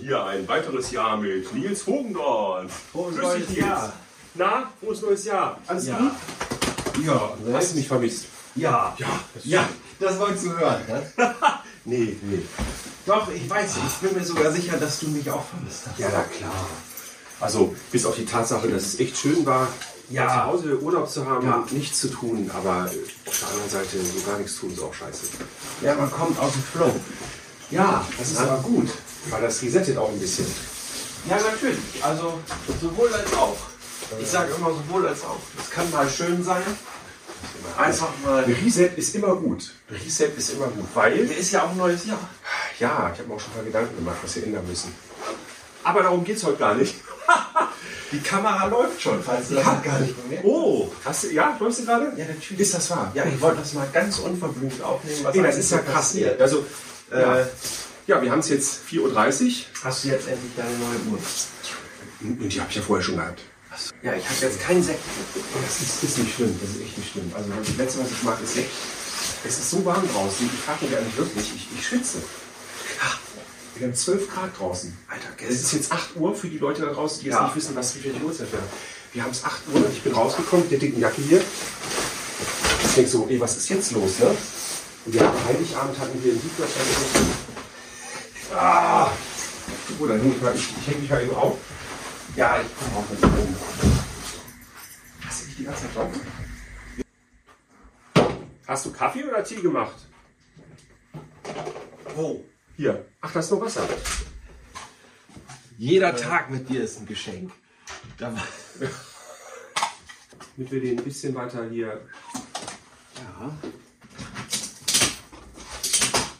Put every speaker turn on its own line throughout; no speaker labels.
hier ein weiteres Jahr mit Nils Vogendorn.
Frohes
Grüß dich,
neues Jahr.
Na, frohes neues Jahr. Alles
Ja.
gut?
Ja, ne?
Hast du mich vermisst?
ja,
Ja.
ja, das wolltest du hören. Ne?
Nee, nee.
Doch, ich weiß, ich bin mir sogar sicher, dass du mich auch vermisst hast.
Ja, na klar. Also, bis auf die Tatsache, dass es echt schön war,
Ja.
zu Hause Urlaub zu haben
Ja.
und nichts zu tun, aber äh, auf der anderen Seite so gar nichts tun ist auch scheiße.
Ja, man kommt aus dem Flow.
Ja, das ist aber gut, weil das resettet auch ein bisschen.
Ja, natürlich. Also sowohl als auch. Ich sage immer sowohl als auch. Es kann mal schön sein. Einfach mal.
Ein Reset ist immer gut. Ein Reset ist immer gut, weil
Ist ja auch ein neues Jahr.
Ja, ich habe mir auch schon ein paar Gedanken gemacht, was wir ändern müssen. Aber darum geht's heute gar nicht.
Die Kamera Ah, läuft schon, falls du das noch gar nicht bemerkt
Oh, hast du, ja, läufst du gerade?
Ja, natürlich.
Ist das wahr?
Ja, ich wollte das mal ganz unverblümt aufnehmen, was
Ey, das
eigentlich
ist ja
so
krass.
passiert.
Also, äh,
Ja.
ja. wir haben es jetzt 4.30
Hast du jetzt endlich deine neue Uhr?
Uhr und die habe ich ja vorher schon gehabt. Oh,
Ja, ich habe jetzt keinen Sekt.
Das ist, ist nicht schlimm, das ist echt nicht schlimm. Also das Letzte, was ich mache, ist echt, es ist so warm draußen, ich frage mich eigentlich wirklich, ich, ich schwitze. Wir haben 12 Grad draußen.
Alter, gell?
Es ist jetzt 8 Uhr für die Leute da draußen, die jetzt
Ja.
nicht wissen, was wie viel die Uhrzeit wäre. Wir haben es 8 Uhr, ich bin rausgekommen mit der dicken Jacke hier. Ich denke so, ey, was ist jetzt los, ne? Und wir hatten Heiligabend, hatten wir in Süddeutschland. so- Ah! Oh, dann häng ich mal, ich, ich hänge mich mal eben auf.
Ja, ich komme auch mit oben.
Hast du dich die ganze Zeit dran? Hast du Kaffee oder Tee gemacht?
Wo?
Hier. Ach, das ist nur Wasser.
Jeder Tag mit dir ist ein Geschenk. Da war,
Damit wir den ein bisschen weiter hier.
ja.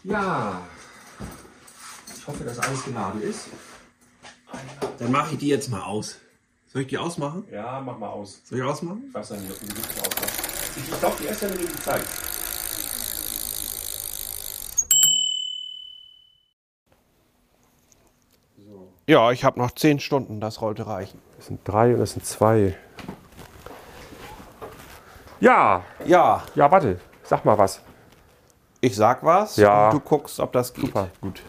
Ja.
Ich hoffe, dass alles geladen ist. Dann mache ich die jetzt mal aus. Soll ich die ausmachen?
Ja, mach mal aus.
Soll ich ausmachen?
Ich weiß ja nicht, ob du die Lichter ausmachst. Ich, ich glaube, die erste hat mir die gezeigt.
Ja, ich habe noch zehn Stunden, das sollte reichen.
Das sind drei und das sind zwei. Ja,
Ja,
ja, warte. Sag mal was.
ich sag was
Ja.
und du guckst, ob das geht.
Super, gut.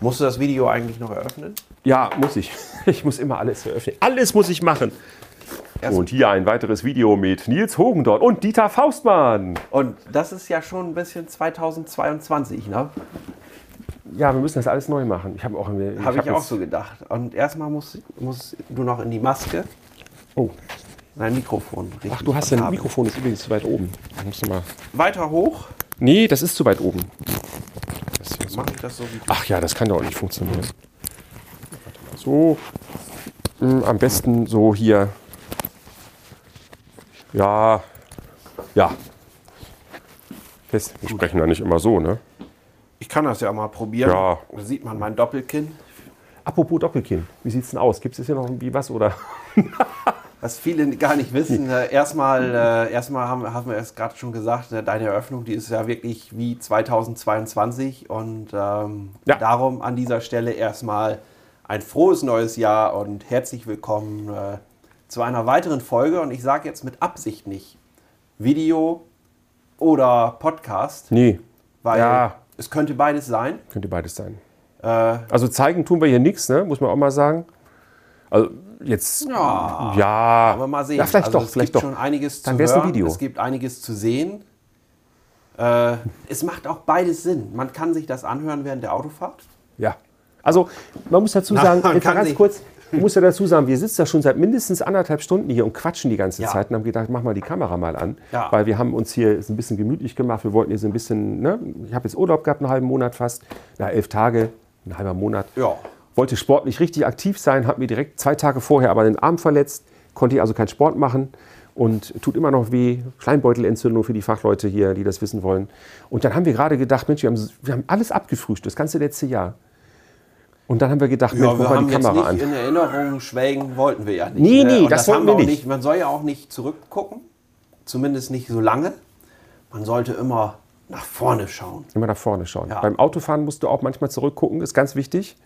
Musst du das Video eigentlich noch eröffnen?
Ja, muss ich. Ich muss immer alles veröffentlichen. Alles muss ich machen. Und hier ein weiteres Video mit Nils Hogendorn und Dieter Faustmann.
Und das ist ja schon ein bisschen 2022, ne?
Ja, wir müssen das alles neu machen. Ich habe auch, ich
Habe ich
hab
auch
jetzt-
so gedacht. Und erstmal musst, musst du noch in die Maske
Oh,
dein Mikrofon richtig
ach, du hast dein
verkabeln.
Mikrofon ist übrigens zu weit oben. Ich muss noch mal.
Weiter hoch
Nee, das ist zu weit oben. Das ist ja so.
mache ich das so wie
Ach ja, das kann doch nicht funktionieren. Warte mal, So, Hm, am besten so hier. Ja, ja. Fest. Wir sprechen ja nicht immer so, ne?
Ich kann das ja mal probieren.
Ja.
Da sieht man mein Doppelkinn.
Apropos Doppelkinn, wie sieht's denn aus? Gibt es hier noch irgendwie was oder?
Was viele gar nicht wissen, äh, erstmal, äh, erstmal haben, haben wir es gerade schon gesagt, äh, deine Eröffnung, die ist ja wirklich wie 2022 und ähm,
Ja.
darum an dieser Stelle erstmal ein frohes neues Jahr und herzlich willkommen äh, zu einer weiteren Folge und ich sage jetzt mit Absicht nicht Video oder Podcast,
Nee,
weil
Ja.
es könnte beides sein.
könnte beides sein.
Äh,
Also zeigen tun wir hier nichts, ne? muss man auch mal sagen. Also jetzt, ja,
Aber mal sehen.
Ja, vielleicht
Also
doch,
es
vielleicht
gibt
doch.
schon einiges
Dann
zu
wär's
hören.
ein Video.
Es gibt einiges zu sehen. Äh, es macht auch beides Sinn. Man kann sich das anhören während der Autofahrt.
Ja. Also man muss dazu
Na,
sagen,
man
jetzt mal
kann
ganz
sich-
kurz, ich muss ja dazu sagen, wir sitzen ja schon seit mindestens anderthalb Stunden hier und quatschen die ganze
Ja.
Zeit und haben gedacht, mach mal die Kamera mal an,
Ja.
weil wir haben uns hier so ein bisschen gemütlich gemacht. Wir wollten hier so ein bisschen, ne? ich habe jetzt Urlaub gehabt, einen halben Monat fast, na elf Tage, ein halber Monat.
Ja.
Wollte sportlich richtig aktiv sein, habe mir direkt zwei Tage vorher aber den Arm verletzt, konnte also keinen Sport machen und tut immer noch weh. Kleinbeutelentzündung für die Fachleute hier, die das wissen wollen. Und dann haben wir gerade gedacht, Mensch, wir haben, wir haben alles abgefrühstückt, das ganze letzte Jahr. Und dann haben wir gedacht, Mensch, mach
wir
mal
haben
die
jetzt nicht
Kamera an.
in Erinnerung schwelgen, wollten wir ja nicht.
Nee,
ne?
nee,
Und
das wollten
haben
wir
auch
nicht.
Man soll ja auch nicht zurückgucken. Zumindest nicht so lange. Man sollte immer nach vorne schauen.
Immer nach vorne schauen.
Ja.
Beim Autofahren musst du auch manchmal zurückgucken, ist ganz wichtig.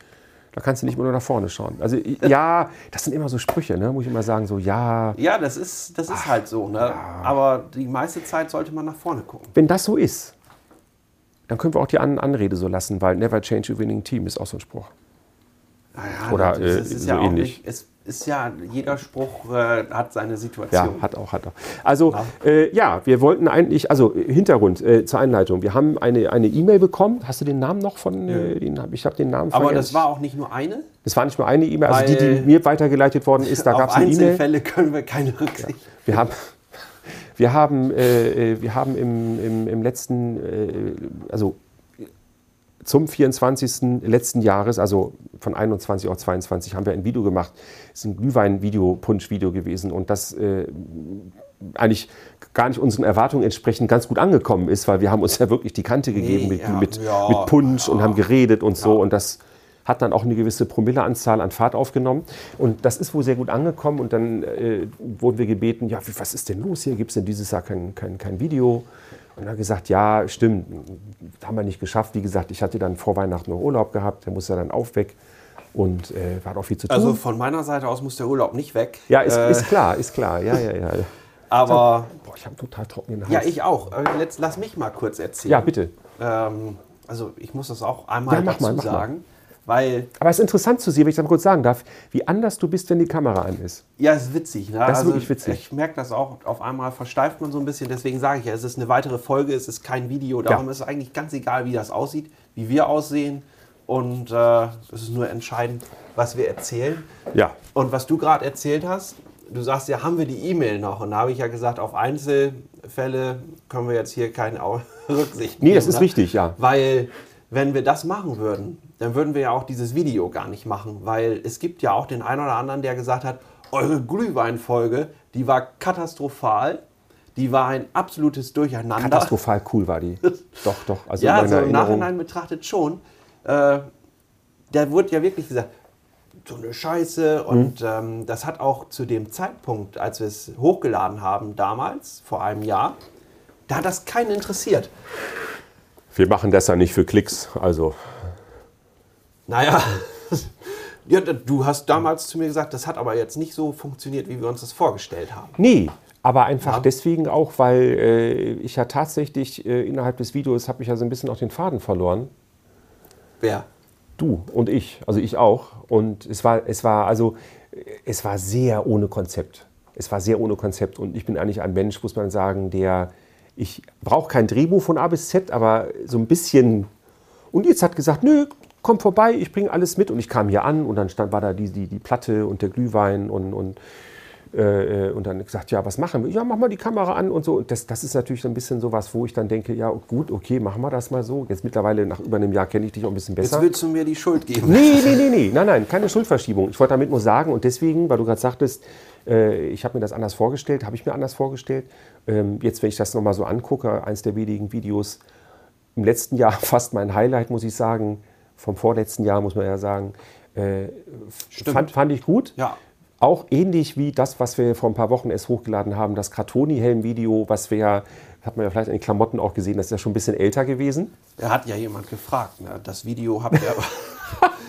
Da kannst du nicht immer nur nach vorne schauen. Also ja, das sind immer so Sprüche, ne? muss ich immer sagen, so ja.
Ja, das ist, das ist halt so. Ne? Aber die meiste Zeit sollte man nach vorne gucken.
Wenn das so ist, Dann können wir auch die An Anrede so lassen, weil never change a winning team ist auch so ein Spruch.
Naja,
Oder,
das
äh,
ist,
so
ja auch
ähnlich.
nicht. Es ist ja, jeder Spruch äh, hat seine
Ja,
Situation.
hat auch, hat auch. Also
Genau.
äh, ja, wir wollten eigentlich, also äh, Hintergrund äh, zur Einleitung. Wir haben eine eine E-Mail bekommen. Hast du den Namen noch von? Äh, den hab, ich habe den Namen.
Aber
vergessen.
das war auch nicht nur eine.
Das war nicht nur eine E-Mail. Also die,
Weil-
die mir weitergeleitet worden ist, da gab
Auf
es eine E-Mail.
Einzelfälle können wir keine Rücksicht.
Wir haben, wir haben, äh, äh, wir haben im, im, im letzten, äh, also zum 24. letzten Jahres, also von 21 auf 22, haben wir ein Video gemacht. Es ist ein Glühwein-Video, Punsch-Video gewesen und das äh, eigentlich gar nicht unseren Erwartungen entsprechend ganz gut angekommen ist, weil wir haben uns ja wirklich die Kante gegeben mit,
ja,
mit,
ja,
mit Punsch und haben geredet und so und das hat dann auch eine gewisse Promilleanzahl an Fahrt aufgenommen und das ist wohl sehr gut angekommen und dann äh, wurden wir gebeten, ja, wie- was ist denn los hier, gibt es denn dieses Jahr kein, kein, kein Video? Und dann gesagt, ja, stimmt, haben wir nicht geschafft. Wie gesagt, ich hatte dann vor Weihnachten noch Urlaub gehabt, der muss ja dann auch weg und äh, war auch viel zu tun.
Also von meiner Seite aus muss der Urlaub nicht weg.
ja, ist,
Äh,
ist klar, ist klar, ja, ja, ja.
aber
Boah, ich habe total trockenen Hals.
ja, ich auch. Äh, Let's, lass mich mal kurz erzählen.
ja, bitte.
Ähm, also ich muss das auch einmal
Ja, mach
dazu
mal, mach mal.
sagen, weil
Aber es ist interessant zu sehen, wenn ich das mal kurz sagen darf, wie anders du bist, wenn die Kamera an ist.
ja, es ist witzig. Ne?
Das ist wirklich witzig.
Ich merke das auch. Auf einmal versteift man so ein bisschen. Deswegen sage ich ja, es ist eine weitere Folge, es ist kein Video. Darum
Ja.
ist es eigentlich ganz egal, wie das aussieht, wie wir aussehen. Und äh, es ist nur entscheidend, was wir erzählen.
Ja.
Und was du gerade erzählt hast, du sagst ja, haben wir die E-Mail noch? Und da habe ich ja gesagt, auf Einzelfälle können wir jetzt hier keine Au- Rücksicht
Nee, das
nehmen,
ist
ne?
richtig, ja.
Weil, wenn wir das machen würden, dann würden wir ja auch dieses Video gar nicht machen, weil es gibt ja auch den einen oder anderen, der gesagt hat, eure Glühweinfolge, die war katastrophal, die war ein absolutes Durcheinander.
Katastrophal cool war die. Doch, doch. Also
Ja,
in
also
meiner
im
Erinnerung.
Nachhinein betrachtet schon. Äh, da wurde ja wirklich gesagt, so eine
Mhm.
Scheiße. Und ähm, das hat auch zu dem Zeitpunkt, als wir es hochgeladen haben, damals, vor einem Jahr, da hat das keinen interessiert.
Wir machen das ja nicht für Klicks. Also
Naja, ja, da- du hast damals zu mir gesagt, das hat aber jetzt nicht so funktioniert, wie wir uns das vorgestellt haben.
Nee, aber einfach deswegen auch, weil äh, ich ja tatsächlich äh, innerhalb des Videos habe ich ja so ein bisschen auch den Faden verloren.
Wer?
Du und ich, also ich auch. Und es war, es war, also äh, es war sehr ohne Konzept. Es war sehr ohne Konzept. Und ich bin eigentlich ein Mensch, muss man sagen, der ich brauche kein Drehbuch von A bis Z, aber so ein bisschen. Und jetzt hat gesagt, nö, komm vorbei, ich bringe alles mit. Und ich kam hier an und dann stand, war da die, die, die Platte und der Glühwein und, und äh, und dann gesagt, ja, was machen wir? Ja, mach mal die Kamera an und so. Und das, das ist natürlich so ein bisschen sowas, wo ich dann denke, ja, gut, okay, machen wir das mal so. Jetzt mittlerweile nach über einem Jahr kenne ich dich auch ein bisschen besser.
Jetzt willst du mir die Schuld geben.
Nee, nee, nee, nee. Nein, nein, keine Schuldverschiebung. Ich wollte damit nur sagen, und deswegen, weil du gerade sagtest, äh, ich habe mir das anders vorgestellt, habe ich mir anders vorgestellt. Ähm, jetzt, wenn ich das nochmal so angucke, eins der wenigen Videos im letzten Jahr, fast mein Highlight, muss ich sagen, vom vorletzten Jahr, muss man ja sagen, äh, fand, fand ich gut.
Ja.
Auch ähnlich wie das, was wir vor ein paar Wochen erst hochgeladen haben, das Cartoni-Helm-Video, was wir ja, hat man ja vielleicht in den Klamotten auch gesehen, das ist ja schon ein bisschen älter gewesen.
Da hat ja jemand gefragt. Ne? Das Video habt ihr.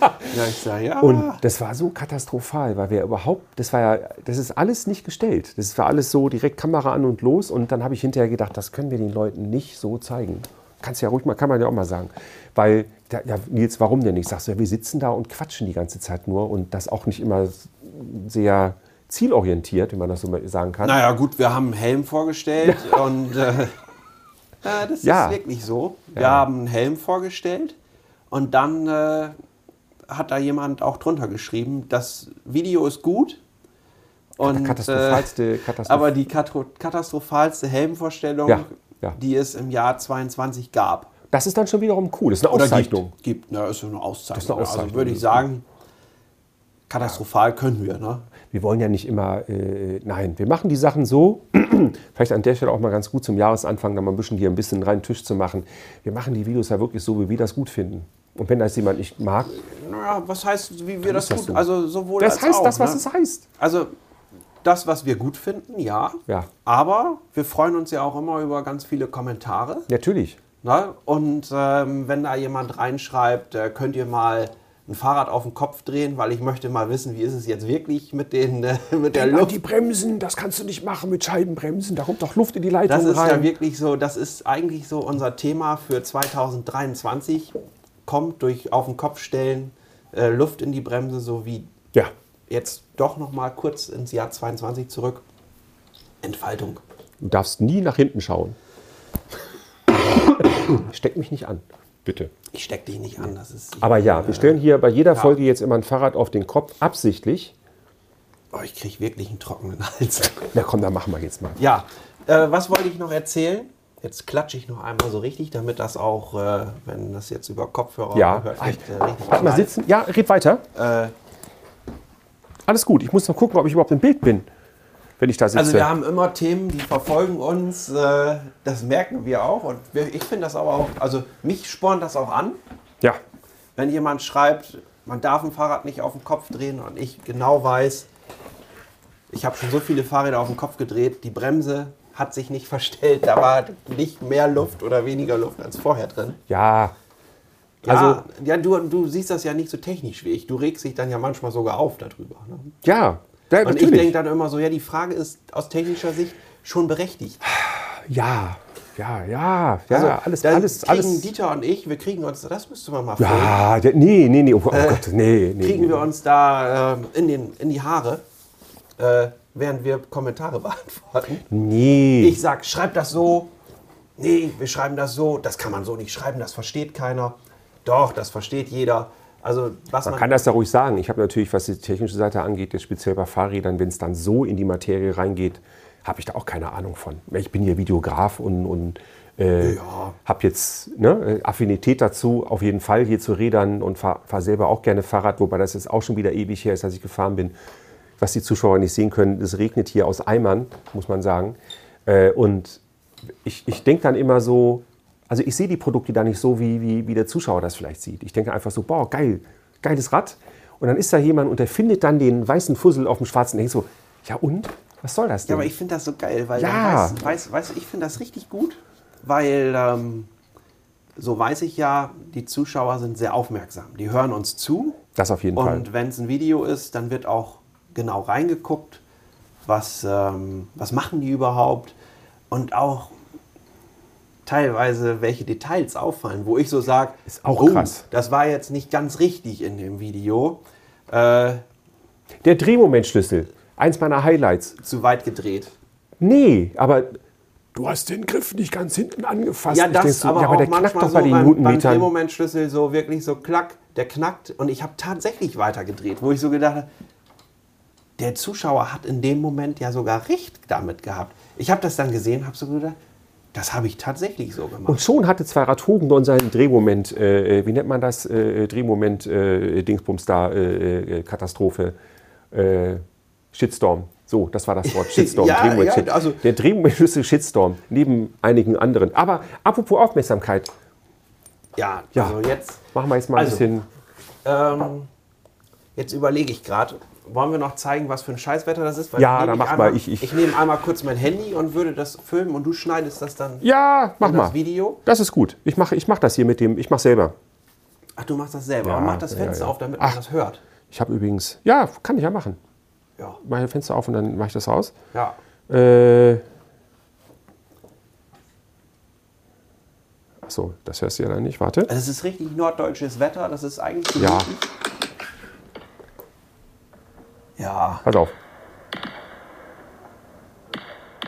ja, ich sage, ja.
Und das war so katastrophal, weil wir überhaupt, das war ja, das ist alles nicht gestellt. Das war alles so direkt Kamera an und los. Und dann habe ich hinterher gedacht, das können wir den Leuten nicht so zeigen. Kannst ja ruhig mal, kann man ja auch mal sagen. Weil, da, ja, Nils, warum denn nicht? Sagst du, ja, wir sitzen da und quatschen die ganze Zeit nur und das auch nicht immer sehr zielorientiert, wenn man das so mal sagen kann.
Naja, gut, wir haben einen Helm vorgestellt und äh, ja, das
Ja.
ist wirklich so. Wir haben einen Helm vorgestellt und dann äh, hat da jemand auch drunter geschrieben, das Video ist gut. Und, äh,
Katastrophalste- Katastroph-
aber die katro- katastrophalste Helmvorstellung,
Ja, ja.
die es im Jahr 22 gab.
Das ist dann schon wiederum cool. Das ist eine Auszeichnung.
gibt. gibt na, ist so eine Auszeichnung.
ist eine Auszeichnung.
Also würde ich sagen, katastrophal können wir. Ne?
wir wollen ja nicht immer, äh, nein, wir machen die Sachen so, vielleicht an der Stelle auch mal ganz gut zum Jahresanfang, da mal ein bisschen hier ein bisschen einen reinen Tisch zu machen. Wir machen die Videos ja wirklich so, wie wir das gut finden. Und wenn das jemand nicht mag,
Naja, was heißt, wie wir das,
das
gut,
so.
also sowohl
das
als
heißt
auch,
das, was
ne?
es heißt.
Also das, was wir gut finden, ja.
Ja.
Aber wir freuen uns ja auch immer über ganz viele Kommentare.
Natürlich.
Ne? Und ähm, wenn da jemand reinschreibt, äh, könnt ihr mal ein Fahrrad auf den Kopf drehen, weil ich möchte mal wissen, wie ist es jetzt wirklich mit, den, äh, mit der
An
Luft.
die Bremsen, das kannst du nicht machen mit Scheibenbremsen. Da kommt doch Luft in die Leitung
Das ist
rein.
ja wirklich so, das ist eigentlich so unser Thema für 2023. Kommt durch auf den Kopf stellen, äh, Luft in die Bremse, so wie
ja,
jetzt doch noch mal kurz ins Jahr 22 zurück. Entfaltung.
du darfst nie nach hinten schauen. Steck mich nicht an, bitte.
Ich steck dich nicht an, das ist.
Aber ja, wir stellen hier bei jeder Folge jetzt immer ein Fahrrad auf den Kopf, absichtlich.
Oh, ich krieg wirklich einen trockenen Hals.
Na komm, dann machen wir jetzt mal.
Ja, äh, was wollte ich noch erzählen? Jetzt klatsche ich noch einmal so richtig, damit das auch, äh, wenn das jetzt über Kopfhörer
Ja.
hört, nicht, äh, richtig
Bleib mal
knallt.
sitzen. Ja, red weiter.
Äh,
Alles gut. Ich muss noch gucken, ob ich überhaupt im Bild bin, wenn ich da sitze.
Also wir haben immer Themen, die verfolgen uns. Äh, das merken wir auch. Und wir, ich finde das aber auch, also mich spornt das auch an,
ja,
wenn jemand schreibt, man darf ein Fahrrad nicht auf den Kopf drehen und ich genau weiß, ich habe schon so viele Fahrräder auf den Kopf gedreht, die Bremse hat sich nicht verstellt, da war nicht mehr Luft oder weniger Luft als vorher drin.
ja.
Also,
Also-
ja, du, du siehst das ja nicht so technisch wie ich. Du regst dich dann ja manchmal sogar auf darüber. Ne?
Ja, ja
Und ich denke
natürlich.
dann immer so, ja, die Frage ist aus technischer Sicht schon berechtigt.
Ja, ja, ja, ja,
Also,
alles,
da
alles,
kriegen
alles.
Dieter und ich, wir kriegen uns, das müsste man mal fragen,
Ja, ja, nee, nee, nee, oh, oh Gott, nee, nee.
Äh, kriegen
nee.
wir uns da ähm, in, den, in die Haare, äh, während wir Kommentare beantworten.
Hm. Nee.
Ich sag, schreib das so. Nee, wir schreiben das so. Das kann man so nicht schreiben, das versteht keiner. Doch, das versteht jeder. Also, was man,
man kann das da ruhig sagen. Ich habe natürlich, was die technische Seite angeht, jetzt speziell bei Fahrrädern, wenn es dann so in die Materie reingeht, habe ich da auch keine Ahnung von. Ich bin hier Videograf und, und äh, habe jetzt ne, Affinität dazu, auf jeden Fall hier zu Rädern und fahre fahr selber auch gerne Fahrrad, wobei das jetzt auch schon wieder ewig her ist, als ich gefahren bin. Was die Zuschauer nicht sehen können, es regnet hier aus Eimern, muss man sagen. Äh, und ich, ich denke dann immer so, also ich sehe die Produkte da nicht so, wie, wie, wie der Zuschauer das vielleicht sieht. Ich denke einfach so, boah, geil, geiles Rad. Und dann ist da jemand und der findet dann den weißen Fussel auf dem schwarzen. Denk so, ja und? Was soll das
Ja,
denn?
aber ich finde das so geil, weil
Ja.
dann weiß, weiß, weiß, ich finde das richtig gut, weil ähm, so weiß ich ja, die Zuschauer sind sehr aufmerksam. Die hören uns zu
das auf jeden Fall.
und wenn es ein Video ist, dann wird auch genau reingeguckt, was, ähm, was machen die überhaupt und auch teilweise welche Details auffallen, wo ich so sage,
Ist auch krass.
das war jetzt nicht ganz richtig in dem Video, äh,
Der Drehmomentschlüssel, eins meiner Highlights.
zu weit gedreht.
Nee, aber du hast den Griff nicht ganz hinten angefasst.
Ja,
Ich
das
denk so,
aber,
ja,
auch
aber der
manchmal
knackt doch
so
bei den
beim, beim
Newtonmetern.
Drehmomentschlüssel so wirklich so klack, der knackt und ich habe tatsächlich weitergedreht, wo ich so gedacht habe, der Zuschauer hat in dem Moment ja sogar recht damit gehabt. Ich habe das dann gesehen, habe so gedacht, das habe ich tatsächlich so gemacht.
Und schon hatte Zweirad Hogendorn seinen Drehmoment, äh, wie nennt man das, äh, Drehmoment, äh, Dingsbums da, äh, äh, Katastrophe, äh, Shitstorm. So, das war das Wort, Shitstorm,
Ja,
Drehmoment,
ja,
Shit.
also-
Der Drehmomentschlüssel Shitstorm, neben einigen anderen. Aber apropos Aufmerksamkeit,
ja,
ja.
also jetzt,
machen wir jetzt mal
Also.
ein bisschen,
ähm, jetzt überlege ich gerade, wollen wir noch zeigen, was für ein Scheißwetter das ist? Weil
Ja,
nehm
dann mach
einmal,
mal, ich- ich-
nehme einmal kurz mein Handy und würde das filmen und du schneidest das dann
ja, mach
in das
mal.
Video.
Das ist gut. Ich mache ich mach das hier mit dem, ich mache selber.
Ach, du machst das selber.
Ja,
Aber mach das
ja,
Fenster
ja.
auf, damit man
Ach.
das hört.
Ich habe übrigens, ja, kann ich ja machen.
Ja.
Mache ich Fenster auf und dann mache ich das raus.
ja.
Äh. Achso, das hörst du ja dann nicht. Warte.
Das ist richtig norddeutsches Wetter. Das ist eigentlich.
Ja.
gemütlich. Ja.
Pass auf.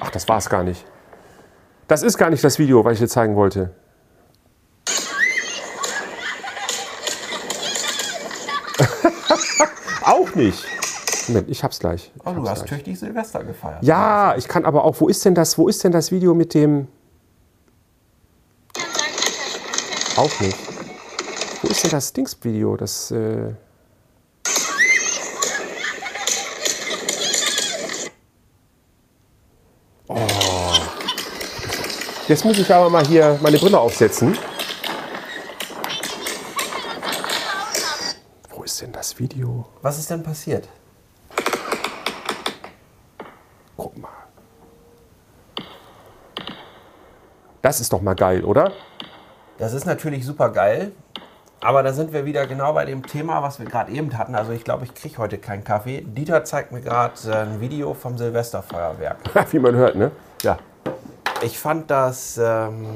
Ach, das war's gar nicht. Das ist gar nicht das Video, was ich dir zeigen wollte. auch nicht. Moment, ich hab's gleich. Ich
Oh, du
hab's
hast
gleich.
tüchtig Silvester gefeiert.
Ja, ich kann aber auch. Wo ist denn das? Wo ist denn das Video mit dem? Auch nicht. Wo ist denn das Dings-Video? Das. Äh oh. Jetzt muss ich aber mal hier meine Brille aufsetzen. Wo ist denn das Video?
Was ist denn passiert?
Guck mal. Das ist doch mal geil, oder?
Das ist natürlich super geil. Aber da sind wir wieder genau bei dem Thema, was wir gerade eben hatten. Also ich glaube, ich kriege heute keinen Kaffee. Dieter zeigt mir gerade äh, ein Video vom Silvesterfeuerwerk.
Wie man hört, ne? Ja.
Ich fand das ähm,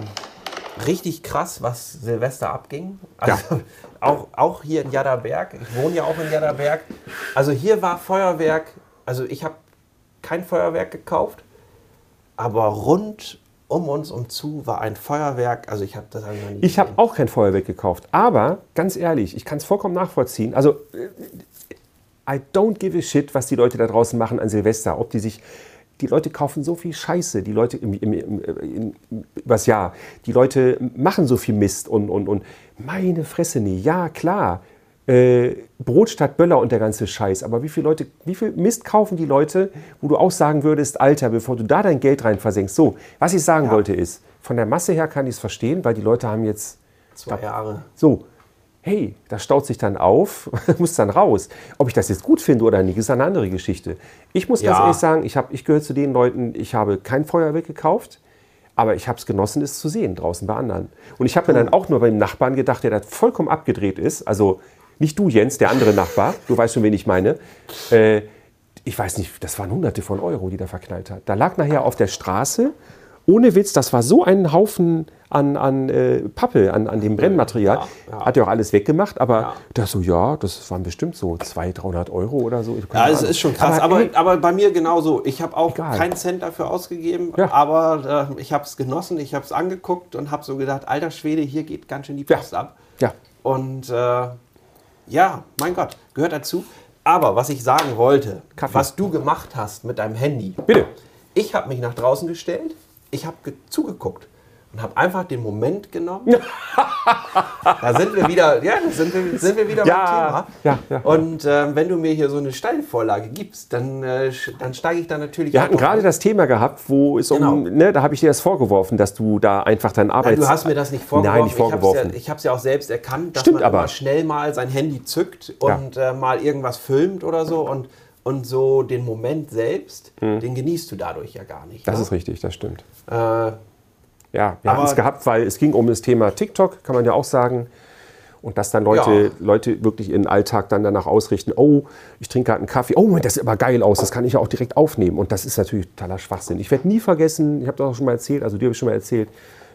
richtig krass, was Silvester abging. Also auch, auch hier in Jadderberg. Ich wohne ja auch in Jadderberg. Also hier war Feuerwerk. Also ich habe kein Feuerwerk gekauft, aber rund um uns um zu war ein Feuerwerk. Also ich habe das hab ich noch nie
Ich habe
gesehen.
auch kein Feuerwerk gekauft, aber ganz ehrlich, ich kann es vollkommen nachvollziehen. Also, äh, I don't give a shit, was die Leute da draußen machen an Silvester. Ob die sich. Die Leute kaufen so viel Scheiße, die Leute im, im, im, im, im, übers Jahr. Die Leute machen so viel Mist und, und, und. Meine Fresse, nee, ja, klar. Äh, Brot statt Böller und der ganze Scheiß. Aber wie viel Leute, wie viel Mist kaufen die Leute, wo du auch sagen würdest, Alter, bevor du da dein Geld rein versenkst. So, was ich sagen wollte ist, von der Masse her kann ich es verstehen, weil die Leute haben jetzt
zwei Jahre.
so, hey, das staut sich dann auf, muss dann raus. Ob ich das jetzt gut finde oder nicht, ist eine andere Geschichte. Ich muss ganz
Ja.
ehrlich sagen, ich, hab, ich gehöre zu den Leuten, ich habe kein Feuerwerk gekauft, aber ich habe es genossen, es zu sehen draußen bei anderen. Und ich habe mir dann auch nur beim Nachbarn gedacht, der da vollkommen abgedreht ist, also nicht du, Jens, der andere Nachbar, du weißt schon, wen ich meine. Äh, ich weiß nicht, das waren hunderte von Euro, die da verknallt hat. Da lag nachher auf der Straße, ohne Witz, das war so ein Haufen an, an äh, Pappe, an, an dem Brennmaterial.
Ja, ja.
Hat ja auch alles weggemacht, aber das so, ja, das waren bestimmt so 200, 300 Euro oder so. Ich-
Ja,
keine
es
Ahnung.
ist schon krass, aber,
ey,
aber, bei mir genauso. Ich habe auch
also, Egal.
keinen Cent dafür ausgegeben,
Ja.
aber äh, ich habe es genossen, ich habe es angeguckt und habe so gedacht, alter Schwede, hier geht ganz schön die Post ab.
ja,
Und äh, ja, mein Gott, gehört dazu. Aber was ich sagen wollte,
Kaffee.
was du gemacht hast mit deinem Handy.
Bitte.
Ich habe mich nach draußen gestellt, ich habe ge zugeguckt und habe einfach den Moment genommen. da sind wir wieder, ja, da sind wir, sind wir wieder
Ja,
beim Thema.
ja, ja.
Und ähm, wenn du mir hier so eine Steilvorlage gibst, dann, äh, sch- dann steige ich da natürlich
wir
auch
hatten
noch
gerade
ein.
das Thema gehabt, wo es um,
Genau.
ne, da habe ich dir das vorgevorfen, dass du da einfach deinen Arbeits...
Du hast mir das nicht vorgeworfen.
Nein, nicht vorgeworfen.
Ich habe es ja, auch selbst erkannt, dass
Stimmt
man
aber.
immer schnell mal sein Handy zückt und äh, mal irgendwas filmt oder so. Und, und so den Moment selbst, den genießt du dadurch ja gar nicht.
Mhm. das
ne?
ist richtig, das stimmt.
äh,
Ja, wir
Aber-
haben es gehabt, weil es ging um das Thema TikTok, kann man ja auch sagen. Und dass dann Leute,
Ja.
Leute wirklich ihren Alltag dann danach ausrichten, oh, ich trinke gerade einen Kaffee, oh, Moment, das sieht aber geil aus, das kann ich ja auch direkt aufnehmen. Und das ist natürlich totaler Schwachsinn. Ich werde nie vergessen, ich habe das auch schon mal erzählt, also dir habe ich schon mal erzählt,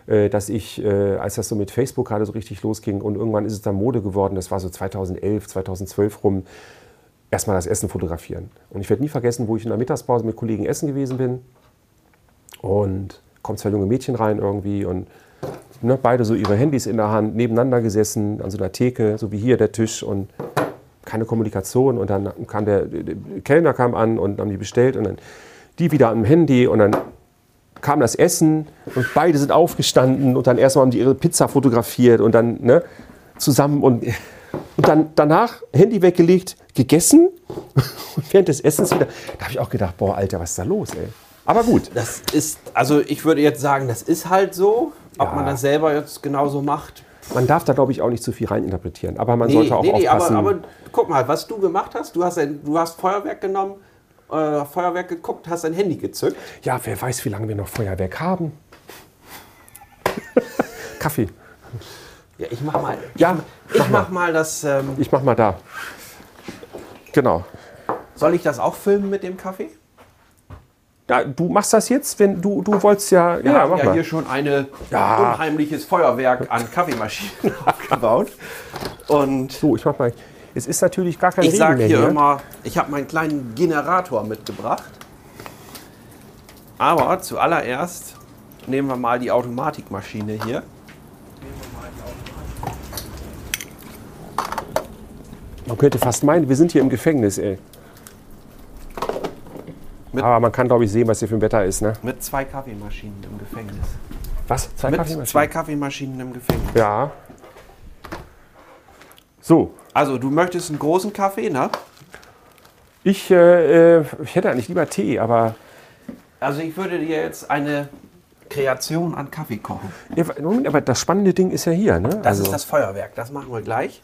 äh, dass ich, äh, als das so mit Facebook gerade so richtig losging und irgendwann ist es dann Mode geworden, das war so 2011, 2012 rum, erstmal das Essen fotografieren. Und ich werde nie vergessen, wo ich in der Mittagspause mit Kollegen essen gewesen bin. Und kommen zwei junge Mädchen rein irgendwie und ne, beide so ihre Handys in der Hand, nebeneinander gesessen, an so einer Theke, so wie hier der Tisch und keine Kommunikation. Und dann kam der, der Kellner kam an und haben die bestellt und dann die wieder am Handy und dann kam das Essen und beide sind aufgestanden und dann erstmal haben die ihre Pizza fotografiert und dann ne, zusammen und, und dann danach Handy weggelegt, gegessen und während des Essens wieder. Da habe ich auch gedacht, boah, Alter, was ist da los, ey? Aber gut.
das ist, also ich würde jetzt sagen, das ist halt so. Ob
Ja.
man das selber jetzt genauso macht.
Man darf da, glaube ich, auch nicht zu viel reininterpretieren. Aber man sollte auch aufpassen.
aber, aber guck mal, was du gemacht hast, du hast, ein, du hast Feuerwerk genommen, äh, Feuerwerk geguckt, hast dein Handy gezückt.
ja, wer weiß, wie lange wir noch Feuerwerk haben. Kaffee.
Ja, ich mach mal,
Ja,
ich mach mal das, ähm,
ich mach mal da. Genau.
soll ich das auch filmen mit dem Kaffee?
Ja, du machst das jetzt, wenn du, du wolltest ja. Ja,
haben
mach
ja
mal.
hier schon ein
Ja.
unheimliches Feuerwerk an Kaffeemaschinen aufgebaut. Und
So, ich mach mal. Es ist natürlich gar kein
ich
Regen
sage
mehr
hier
hier.
immer, ich habe meinen kleinen Generator mitgebracht. Aber zuallererst nehmen wir mal die Automatikmaschine hier.
Man könnte fast meinen, wir sind hier im Gefängnis, ey.
Mit-
aber man kann, glaube ich, sehen, was hier für ein Wetter ist, ne?
Mit zwei Kaffeemaschinen im Gefängnis.
Was? Zwei
Mit
Kaffeemaschinen?
zwei Kaffeemaschinen im Gefängnis.
Ja. So,
Also, du möchtest einen großen Kaffee, ne?
Ich, äh, äh, ich hätte eigentlich lieber Tee, aber.
Also, ich würde dir jetzt eine Kreation an Kaffee kochen.
Ja, Moment, aber das spannende Ding ist ja hier, ne?
Das ist das Feuerwerk, das machen wir gleich.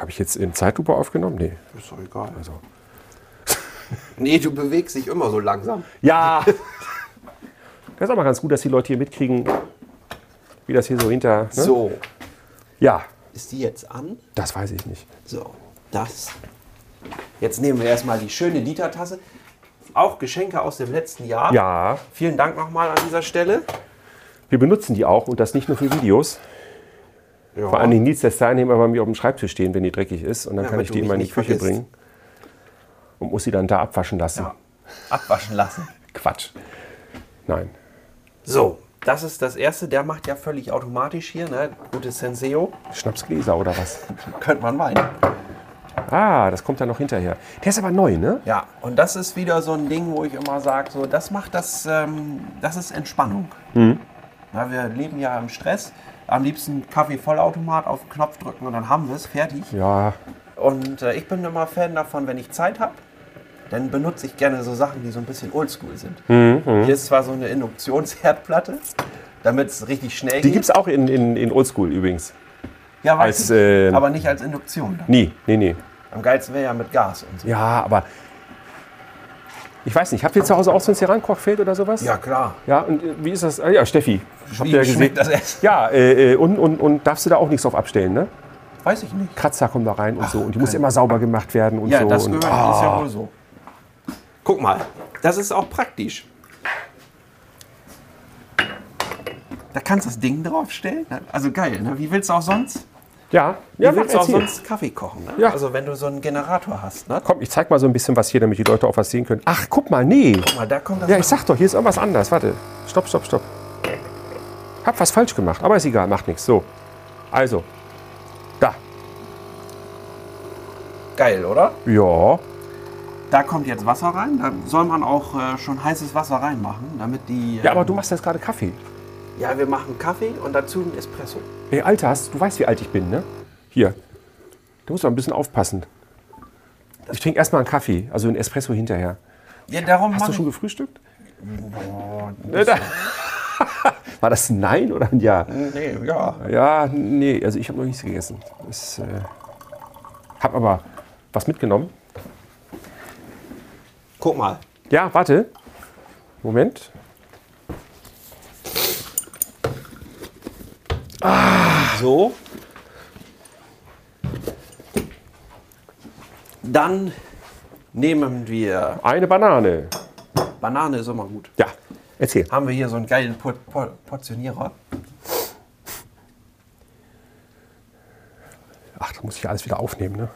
Habe ich jetzt in Zeitlupe aufgenommen? Nee.
Ist doch egal.
Also.
Nee, du bewegst dich immer so langsam.
Ja! das ist auch mal ganz gut, dass die Leute hier mitkriegen, wie das hier so hinter. Ne?
So,
Ja.
Ist die jetzt an?
Das weiß ich nicht.
So, das. Jetzt nehmen wir erstmal die schöne Litertasse. Auch Geschenke aus dem letzten Jahr.
Ja,
Vielen Dank nochmal an dieser Stelle.
wir benutzen die auch und das nicht nur für Videos.
Ja.
Vor allen Dingen Nils der Stein immer bei mir auf dem Schreibtisch stehen, wenn die dreckig ist. Und dann
Ja,
kann
weil
ich
du
die
mich
immer in die
nicht
Küche
vergisst.
bringen. Und muss sie dann da abwaschen lassen.
Ja. abwaschen lassen.
Quatsch. Nein.
So, das ist das erste. Der macht ja völlig automatisch hier, ne? Gutes Senseo.
Schnapsgläser oder was?
Könnte man meinen.
Ah, das kommt dann noch hinterher. Der ist aber neu, ne?
Ja, und das ist wieder so ein Ding, wo ich immer sage, so, das macht das, ähm, das ist Entspannung. Na, wir leben ja im Stress. Am liebsten Kaffee-Vollautomat auf den Knopf drücken und dann haben wir es fertig.
Ja,
Und äh, ich bin immer Fan davon, wenn ich Zeit habe, dann benutze ich gerne so Sachen, die so ein bisschen oldschool sind. Hier ist zwar so eine Induktionsherdplatte, damit es richtig schnell
die
geht.
gibt es auch in, in, in Oldschool übrigens.
ja, weiß
als,
ich,
äh,
aber nicht als Induktion.
Nee, nee, nee.
Am geilsten wäre ja mit Gas und so.
Ja, aber ich weiß nicht, habt ihr zu Hause auch so ein Serankochfeld oder sowas?
klar.
Ja, und äh, wie ist das? Ah, ja, Steffi, habt ihr ja gesehen.
schmeckt das erst?
Ja, äh, äh, und, und, und darfst du da auch nichts drauf abstellen, ne?
Weiß ich nicht.
Kratzer kommen da rein und so. Und die muss immer sauber gemacht werden und
Ja,
so.
das
und,
gehört, ist ja wohl so. Guck mal, das ist auch praktisch. Da kannst du das Ding draufstellen. Also geil, ne? Wie willst du auch sonst?
ja,
Wie
ja mach,
willst du auch
erzähl.
sonst Kaffee kochen? Ne?
Ja.
Also wenn du so einen Generator hast, ne?
Komm, ich zeig mal so ein bisschen was hier, damit die Leute auch was sehen können. Ach, guck mal, nee.
Guck mal, da kommt das.
Ja, ich sag doch, hier ist irgendwas anders. Warte. Stopp, stopp, stopp. Hab was falsch gemacht, aber ist egal, macht nichts. So. Also. Da.
geil, oder?
Ja.
Da kommt jetzt Wasser rein. Da soll man auch äh, schon heißes Wasser reinmachen, damit die.
Ja, aber
ähm,
du machst jetzt gerade Kaffee.
Ja, wir machen Kaffee und dazu einen Espresso.
Ey, Alter, hast, du weißt, wie alt ich bin, ne? Hier. Du musst mal ein bisschen aufpassen. Ich trinke erstmal einen Kaffee, also einen Espresso hinterher.
Ja, darum
Hast
mach
du
ich-
schon gefrühstückt? Äh, da- War das ein Nein oder ein Ja?
Nee, ja.
Ja, nee, also ich habe noch nichts gegessen. Ich äh, habe aber was mitgenommen.
Guck mal.
Ja, warte. Moment.
So. Dann nehmen wir.
Eine Banane.
Banane ist immer gut.
Ja, erzähl.
Haben wir hier so einen geilen Por Por Portionierer.
Ach, das muss ich ja alles wieder aufnehmen, ne?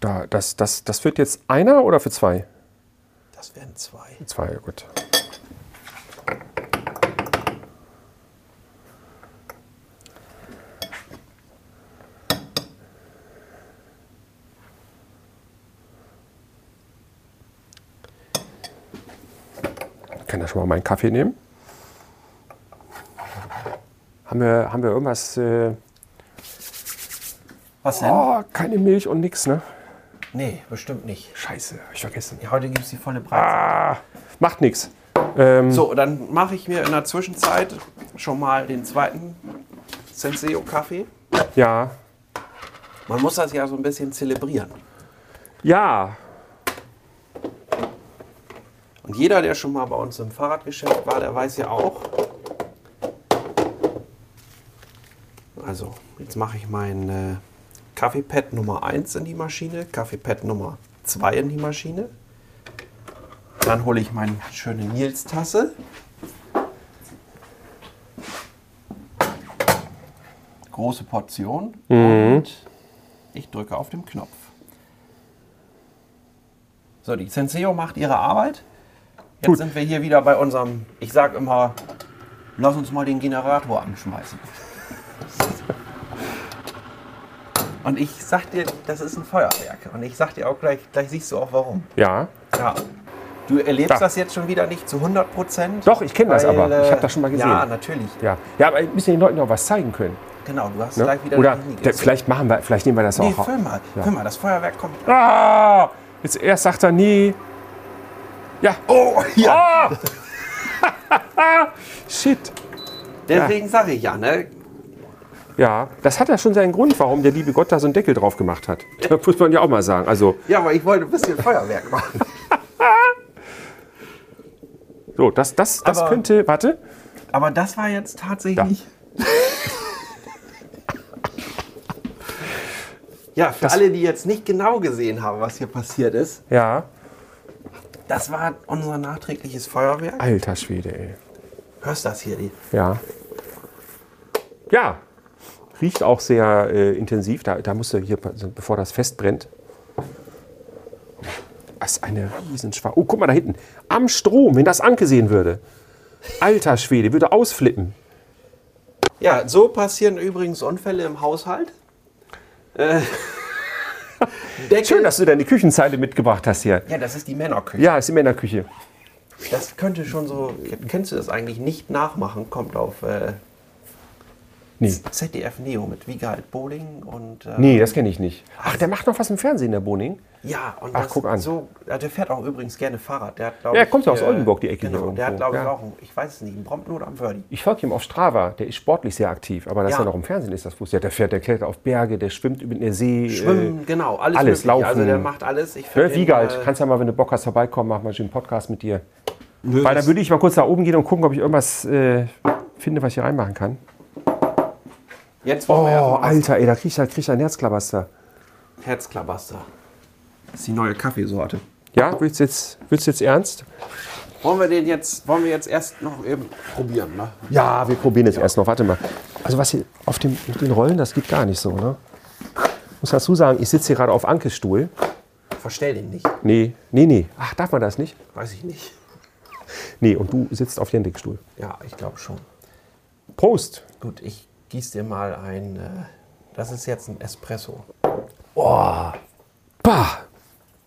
Da, das, das, das wird jetzt einer oder für zwei?
Das wären zwei.
Zwei, gut. Ich kann da schon mal meinen Kaffee nehmen. Haben wir, haben wir irgendwas? Äh,
Was denn?
oh, keine Milch und nix, ne?
Nee, bestimmt nicht.
Scheiße, hab ich vergessen.
Ja, heute gibt es die volle Breite.
Macht nix. Ähm,
Ah. So, dann mache ich mir in der Zwischenzeit schon mal den zweiten Senseo-Kaffee.
Ja.
Man muss das ja so ein bisschen zelebrieren.
Ja,
Und jeder, der schon mal bei uns im Fahrradgeschäft war, der weiß ja auch. Also, jetzt mache ich mein äh, Kaffeepad Nummer 1 in die Maschine, Kaffeepad Nummer 2 in die Maschine. Dann hole ich meine schöne Nils-Tasse. Große Portion. Und ich drücke auf den Knopf. So, die Senseo macht ihre Arbeit. Jetzt
Gut.
sind wir hier wieder bei unserem, ich sag immer, lass uns mal den Generator anschmeißen. Und ich sag dir, das ist ein Feuerwerk. Und ich sag dir auch gleich, gleich siehst du auch warum.
ja.
Ja. Du erlebst
Da.
das jetzt schon wieder nicht zu 100 Prozent.
Doch, ich kenn das aber. Ich hab
äh,
das schon mal gesehen.
Ja, natürlich.
Ja, ja aber wir müssen den Leuten auch was zeigen können.
Genau, du hast
Ne?
gleich wieder
Oder
eine Linie.
der, vielleicht machen wir, vielleicht nehmen wir das
Nee,
auch.
film mal.
Ja.
Film mal, das Feuerwerk kommt.
Ah, jetzt erst sagt er nie. Ja.
Oh, ja.
Ah! Shit.
Deswegen sage ich ja, ne?
Ja, das hat ja schon seinen Grund, warum der liebe Gott da so einen Deckel drauf gemacht hat. Das muss man ja auch mal sagen. Also,
Ja, aber ich wollte ein bisschen Feuerwerk machen.
so, das, das, das
Aber-
könnte. Warte.
Aber das war jetzt tatsächlich. Ja, für alle, die jetzt nicht genau gesehen haben, was hier passiert ist,
Ja.
das war unser nachträgliches Feuerwerk.
Alter Schwede, ey.
Hörst das hier? Die?
Ja. Ja. Riecht auch sehr äh, intensiv. Da, da musst du hier, bevor das festbrennt. Das ist eine Riesenschwar. Oh, guck mal da hinten. Am Strom, wenn das angesehen würde. Alter Schwede, würde ausflippen.
Ja, so passieren übrigens Unfälle im Haushalt. Äh, Deckel.
Schön, dass du deine Küchenzeile mitgebracht hast hier.
ja, das ist die Männerküche.
Ja, ist immer in der Küche.
Das könnte schon so. Kennst du das eigentlich nicht nachmachen? Kommt auf äh,
Nee.
ZDF Neo mit Wiegald Bohling und. Äh,
Nee, das kenne ich nicht. Ach, der macht noch was im Fernsehen, der Boning.
Ja, und
Ach,
das
guck an.
so. Ja, der fährt auch übrigens gerne Fahrrad. Der hat, glaub
Ja, er
ich,
kommt ja aus
äh,
Oldenburg, die Ecke hier
Genau, der hat,
irgendwo,
glaube ich,
ja. Äh,
auch. einen- Ich weiß es nicht, in Brompton oder am Verdi.
Ich folge ihm auf Strava, der ist sportlich sehr aktiv, aber dass
Ja.
er noch im Fernsehen ist, das wusste ich. Ja, der fährt, der klettert auf Berge, der schwimmt über in der See. äh,
Schwimmen, genau, alles.
alles,
mögliche. Also
laufen.
der macht alles. Ich
Äh,
find
ne, Wiegald,
ihn, äh,
kannst ja mal, wenn du Bock hast, vorbeikommen, machen wir einen schönen Podcast mit dir.
nö,
Weil dann
das-
würde ich mal kurz nach oben gehen und gucken, ob ich irgendwas äh, finde, was ich hier reinmachen kann.
Jetzt
Oh,
wollen wir erst mal was-
Alter, ey, da krieg ich, da krieg ich einen Herzklabaster.
Herzklabaster. Das ist die neue Kaffeesorte.
Ja, willst du jetzt, willst du jetzt ernst?
Wollen wir den jetzt, wollen wir jetzt erst noch eben probieren, ne?
Ja, wir probieren jetzt erst noch. Warte mal. Also was hier auf dem, mit den Rollen, das geht gar nicht so, ne? Muss dazu sagen, ich sitze hier gerade auf Ankes Stuhl.
Verstell den nicht.
Nee, nee, nee. Ach, darf man das nicht?
Weiß ich nicht.
Nee, und du sitzt auf Jendrik Stuhl.
Ja, ich glaube schon.
Prost!
Gut, ich gieße dir mal ein. Äh, das ist jetzt ein Espresso.
Bah!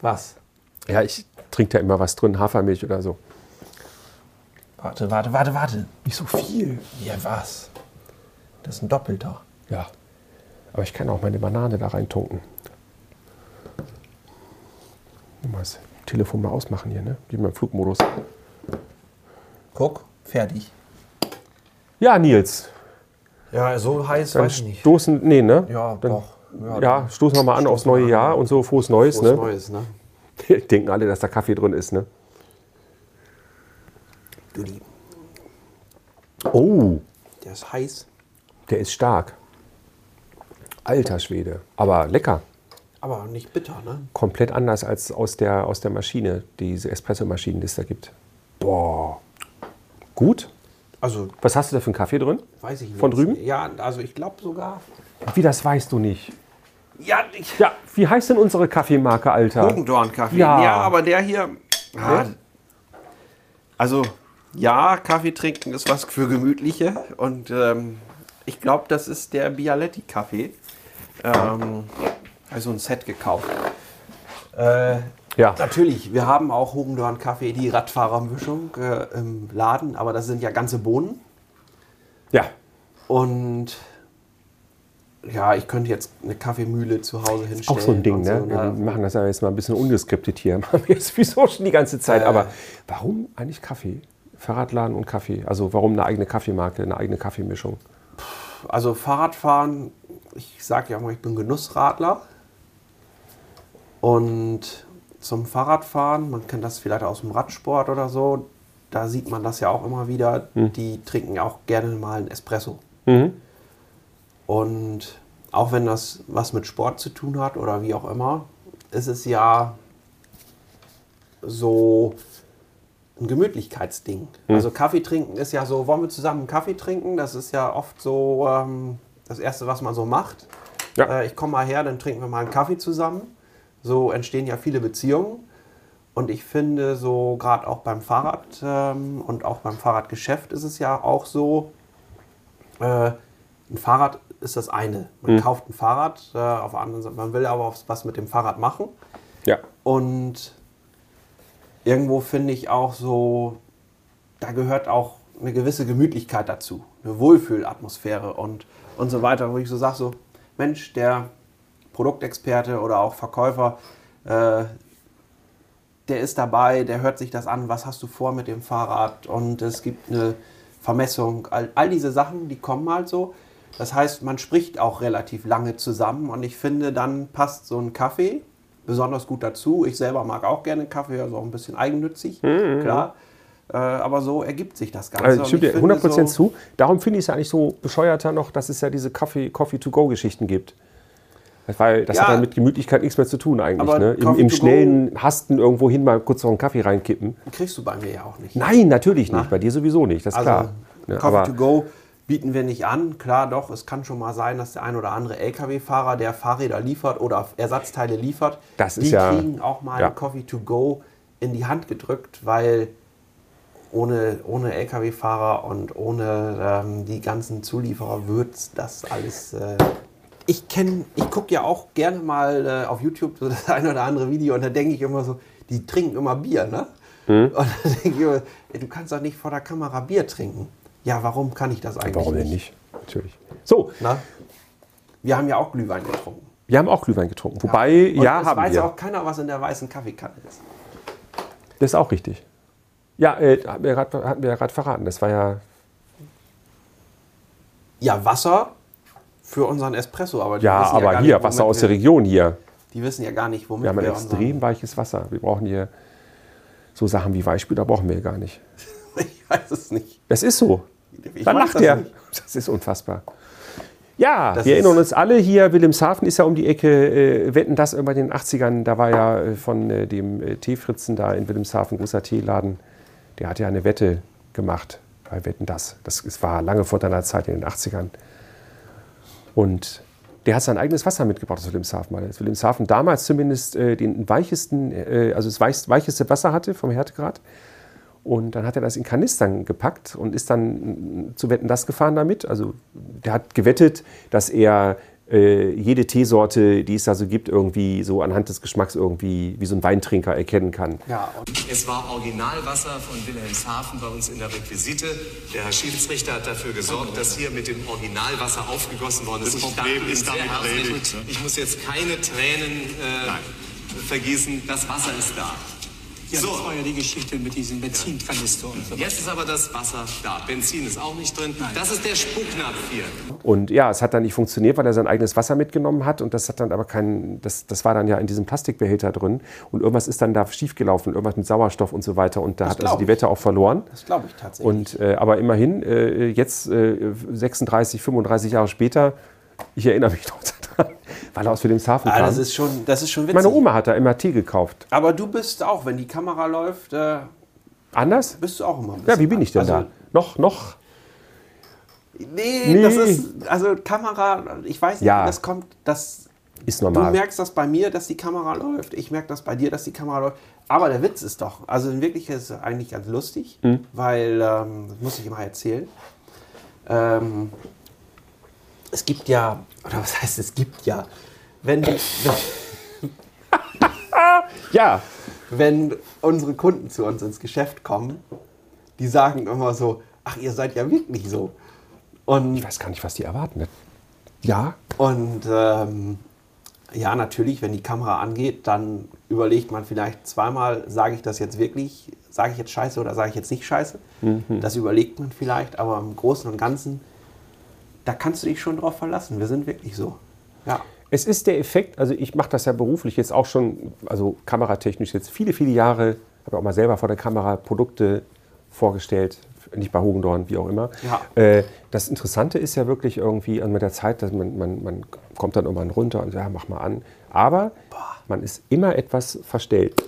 Was?
Ja, ich trinke da immer was drin, Hafermilch oder so.
Warte, warte, warte, warte.
Nicht so viel.
Ja, was? Das ist ein Doppelter.
Ja. Aber ich kann auch meine Banane da reintunken. Nimm mal das Telefon mal ausmachen hier, ne? Gib mal im Flugmodus.
Guck, fertig.
Ja, Nils.
Ja, so heiß
Dann
weiß ich nicht.
stoßen. Nee, ne?
Ja,
dann,
doch. Ja,
Ja, stoßen wir mal an aufs neue Jahr und so frohes Neues,
Was
ne?
Neues, ne?
Denken alle, dass da Kaffee drin ist, ne?
Du, die,
Oh,
der ist heiß,
der ist stark. Alter Schwede. Aber lecker.
aber nicht bitter, ne?
komplett anders als aus der, aus der Maschine, diese Espresso-Maschinen, die es da gibt. Boah. Gut.
Also,
Was hast du da für einen Kaffee drin?
weiß ich nicht.
Von drüben?
Ja, also ich glaube sogar.
Wie, das weißt du nicht.
Ja, ich.
Ja, wie heißt denn unsere Kaffeemarke, Alter?
Kuckendorn-Kaffee.
Ja.
aber der hier. Ah, also, ja, Kaffee trinken ist was für Gemütliche. Und ähm, ich glaube, das ist der Bialetti-Kaffee. Ähm, also ein Set gekauft. Äh,
Ja.
Natürlich, wir haben auch Hugendorn-Kaffee, die Radfahrermischung äh, im Laden, aber das sind ja ganze Bohnen.
Ja.
Und ja, ich könnte jetzt eine Kaffeemühle zu Hause
Auch
hinstellen.
so ein Ding,
und
ne?
na,
Wir machen das ja jetzt mal ein bisschen ungeskriptet hier. Machen wir sowieso schon die ganze Zeit.
Äh.
Aber warum eigentlich Kaffee? Fahrradladen und Kaffee. Also warum eine eigene Kaffeemarke, eine eigene Kaffeemischung?
Also Fahrradfahren, ich sage ja immer, ich bin Genussradler. Und zum Fahrradfahren, man kennt das vielleicht aus dem Radsport oder so, da sieht man das ja auch immer wieder, die trinken auch gerne mal einen Espresso. Und auch wenn das was mit Sport zu tun hat oder wie auch immer, ist es ja so ein Gemütlichkeitsding. Also Kaffee trinken ist ja so, wollen wir zusammen einen Kaffee trinken? Das ist ja oft so ähm, das Erste, was man so macht.
Ja.
Äh, ich komme mal her, dann trinken wir mal einen Kaffee zusammen. So entstehen ja viele Beziehungen. Und ich finde, so gerade auch beim Fahrrad ähm, und auch beim Fahrradgeschäft ist es ja auch so, äh, ein Fahrrad ist das eine. Man kauft ein Fahrrad, äh, auf der anderen Seite, man will aber auch was mit dem Fahrrad machen.
Ja.
Und irgendwo finde ich auch so, da gehört auch eine gewisse Gemütlichkeit dazu, eine Wohlfühlatmosphäre und, und so weiter, wo ich so sage, so, Mensch, der Produktexperte oder auch Verkäufer, äh, der ist dabei, der hört sich das an, was hast du vor mit dem Fahrrad und es gibt eine Vermessung, all, all diese Sachen, die kommen halt so. Das heißt, man spricht auch relativ lange zusammen und ich finde, dann passt so ein Kaffee besonders gut dazu. Ich selber mag auch gerne Kaffee, also auch ein bisschen eigennützig, klar. Äh, aber so ergibt sich das Ganze.
Mhm. Also,
und
ich stimme dir
ich finde
100%
so-
zu. Darum finde ich es ja eigentlich so bescheuerter noch, dass es ja diese Kaffee-Coffee-to-go-Geschichten gibt. Weil das
Ja.
hat dann mit Gemütlichkeit nichts mehr zu tun eigentlich.
Aber
ne? Im,
Coffee
Im
to go-
schnellen Hasten irgendwo hin mal kurz noch einen Kaffee reinkippen.
Kriegst du bei mir ja auch nicht.
Nein, natürlich nicht. Bei dir sowieso nicht, das ist
Also
klar. Ne,
Coffee
aber
to go bieten wir nicht an. Klar, doch, es kann schon mal sein, dass der ein oder andere LKW-Fahrer, der Fahrräder liefert oder Ersatzteile liefert,
Das
die
ist ja-
kriegen auch mal
ja.
einen Coffee to go in die Hand gedrückt, weil ohne, ohne LKW-Fahrer und ohne ähm, die ganzen Zulieferer wird das alles. Äh ich kenne, ich gucke ja auch gerne mal äh, auf YouTube so das ein oder andere Video und da denke ich immer so, die trinken immer Bier, ne?
Hm?
Und da denke ich immer, ey, du kannst doch nicht vor der Kamera Bier trinken. Ja, warum kann ich das eigentlich
warum denn nicht? Natürlich. So,
Na? Wir haben ja auch Glühwein getrunken.
wir haben auch Glühwein getrunken. Wobei,
Und
ja,
es
haben
weiß
wir.
auch keiner, was in der weißen Kaffeekanne ist.
Das ist auch richtig. Ja, äh, hatten wir ja grad- hatten wir ja gerade verraten. Das war ja
Ja, Wasser für unseren Espresso, aber die
Ja,
wissen
aber
gar
hier,
nicht,
Wasser aus
womit
der
wir,
Region hier.
Die wissen ja gar nicht, womit
Wir haben ein
unseren-
extrem weiches Wasser. Wir brauchen hier so Sachen wie Weichspüler brauchen wir hier gar nicht.
Ich weiß es nicht.
Das ist so.
Ich
Dann
weiß
lacht
das
er.
nicht.
Das ist unfassbar. Ja,
Das
wir
ist-
erinnern uns alle hier, Wilhelmshaven ist ja um die Ecke, äh, wetten das irgendwann in den 80ern, da war ja äh, von äh, dem äh, Teefritzen da in Wilhelmshaven, großer Teeladen, der hat ja eine Wette gemacht bei Wetten das. Das ist- war lange vor deiner Zeit in den 80ern. Und der hat sein eigenes Wasser mitgebracht aus Wilhelmshaven, weil das Wilhelmshaven damals zumindest äh, den weichesten, äh, also das weichst- weicheste Wasser hatte vom Härtegrad. Und dann hat er das in Kanistern gepackt und ist dann mm, zu Wetten das gefahren damit. Also der hat gewettet, dass er äh, jede Teesorte, die es da so gibt, irgendwie so anhand des Geschmacks irgendwie wie so ein Weintrinker erkennen kann.
Ja, und
Es war Originalwasser von Wilhelmshaven bei uns in der Requisite. Der Herr Schiedsrichter hat dafür gesorgt, dass hier mit dem Originalwasser aufgegossen worden ist.
Das
Ich
Problem
danke Ihnen
ist
sehr
damit
herzlich.
erledigt, ne?
Ich muss jetzt keine Tränen äh, vergießen. Das Wasser ist da.
Ja,
So.
das war ja die Geschichte mit diesen Benzinkanister und so.
Jetzt ist aber das Wasser da. Benzin ist auch nicht drin. Das ist der Spucknapf hier.
Und ja, es hat dann nicht funktioniert, weil er sein eigenes Wasser mitgenommen hat. Und das hat dann aber kein, das, das war dann ja in diesem Plastikbehälter drin. Und irgendwas ist dann da schiefgelaufen, irgendwas mit Sauerstoff und so weiter. Und da hat also
glaub
die
ich.
Wette auch verloren.
das glaube ich tatsächlich.
Und, äh, aber immerhin, äh, jetzt äh, 36, 35 Jahre später, ich erinnere mich noch daran, weil er aus Wilhelmshaven
ah,
kam.
das, ist schon, das ist schon witzig.
Meine Oma hat da immer Tee gekauft.
Aber du bist auch, wenn die Kamera läuft, äh,
Anders?
bist du auch immer ein
Ja, wie
bisschen
bin ich denn
also,
da? Noch, noch?
Nee,
Nee.
das ist, also Kamera, ich weiß nicht,
Ja.
das kommt, das,
Ist
du
normal.
merkst das bei mir, dass die Kamera läuft, ich merke das bei dir, dass die Kamera läuft, aber der Witz ist doch, also in Wirklichkeit ist es eigentlich ganz lustig,
Mhm.
weil, ähm, das muss ich immer erzählen, ähm, es gibt ja, oder was heißt es gibt ja, wenn, wenn
Ja,
wenn unsere Kunden zu uns ins Geschäft kommen, die sagen immer so, ach, ihr seid ja wirklich so. Und,
ich weiß gar nicht, was die erwarten. Ja,
und ähm, ja, natürlich, wenn die Kamera angeht, dann überlegt man vielleicht zweimal, sage ich das jetzt wirklich, sage ich jetzt scheiße oder sage ich jetzt nicht scheiße.
Mhm.
Das überlegt man vielleicht, aber im Großen und Ganzen, da kannst du dich schon drauf verlassen. Wir sind wirklich so. Ja.
Es ist der Effekt, also ich mache das ja beruflich jetzt auch schon, also kameratechnisch jetzt viele, viele Jahre, habe auch mal selber vor der Kamera Produkte vorgestellt, nicht bei Hogendorn, wie auch immer.
Ja.
Äh, das Interessante ist ja wirklich irgendwie also mit der Zeit, dass man, man, man kommt dann irgendwann runter und ja, mach mal an. Aber man ist immer etwas verstellt.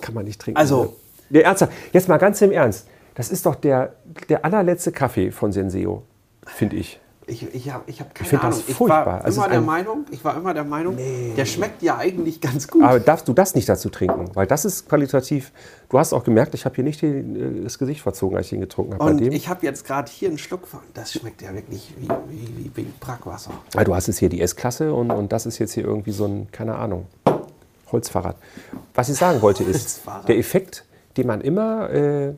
Kann man nicht trinken.
Also-
Der Ernsthaft, jetzt mal ganz im Ernst. Das ist doch der, der allerletzte Kaffee von Senseo, finde ich.
Ich, ich habe ich hab keine
find das
Ahnung.
furchtbar.
Ich war,
Also es
immer
ist
der
ein-
Meinung, ich war immer der Meinung, der schmeckt ja eigentlich ganz gut.
Aber darfst du das nicht dazu trinken? Weil das ist qualitativ. Du hast auch gemerkt, ich habe hier nicht den, äh, das Gesicht verzogen, als ich ihn getrunken habe. Bei
Und
dem.
ich habe jetzt gerade hier einen Schluck von. Das schmeckt ja wirklich wie, wie, wie, wie Brackwasser.
Weil du hast jetzt hier die S-Klasse und, und das ist jetzt hier irgendwie so ein, keine Ahnung, Holzfahrrad. Was ich sagen wollte ist,
Holzfahrrad.
der Effekt, den man immer äh,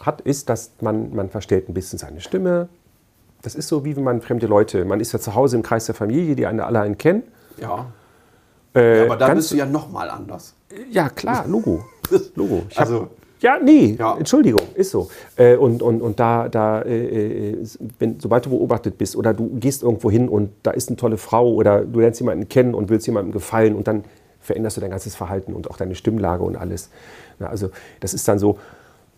hat, ist, dass man, man verstellt ein bisschen seine Stimme. Das ist so, wie wenn man fremde Leute, man ist ja zu Hause im Kreis der Familie, die eine alle einen kennen.
Ja.
Äh,
Aber da
ganz-
bist du ja nochmal anders.
Ja, klar, Logo. Logo. Ich hab,
Also-
ja, nee,
Ja.
Entschuldigung, ist so. Äh, und, und, und da, da äh, äh, wenn, sobald du beobachtet bist oder du gehst irgendwo hin und da ist eine tolle Frau oder du lernst jemanden kennen und willst jemandem gefallen und dann veränderst du dein ganzes Verhalten und auch deine Stimmlage und alles. Na, also das ist dann so,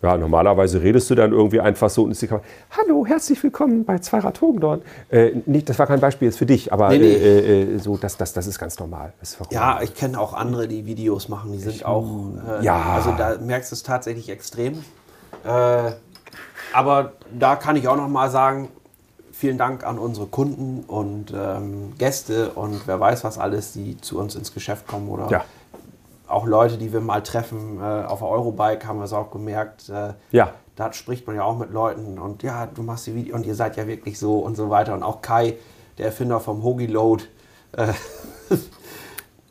Ja, normalerweise redest du dann irgendwie einfach so und ist die Kamera. Hallo, herzlich willkommen bei Zweirad Hogendorn. Äh, nicht, das war kein Beispiel jetzt für dich, aber
Nee, nee.
Äh, äh, so, das, das, das ist ganz normal. Das ist verrückt.
Ja, ich kenne auch andere, die Videos machen, die sind auch. Äh,
Ja.
Also da merkst du es tatsächlich extrem. Äh, aber da kann ich auch noch mal sagen, vielen Dank an unsere Kunden und ähm, Gäste und wer weiß was alles, die zu uns ins Geschäft kommen oder
Ja.
auch Leute, die wir mal treffen. Äh, auf der Eurobike haben wir es auch gemerkt. Äh,
Ja.
Da spricht man ja auch mit Leuten und ja, du machst die Videos und ihr seid ja wirklich so und so weiter. Und auch Kai, der Erfinder vom Hoagie Load, äh,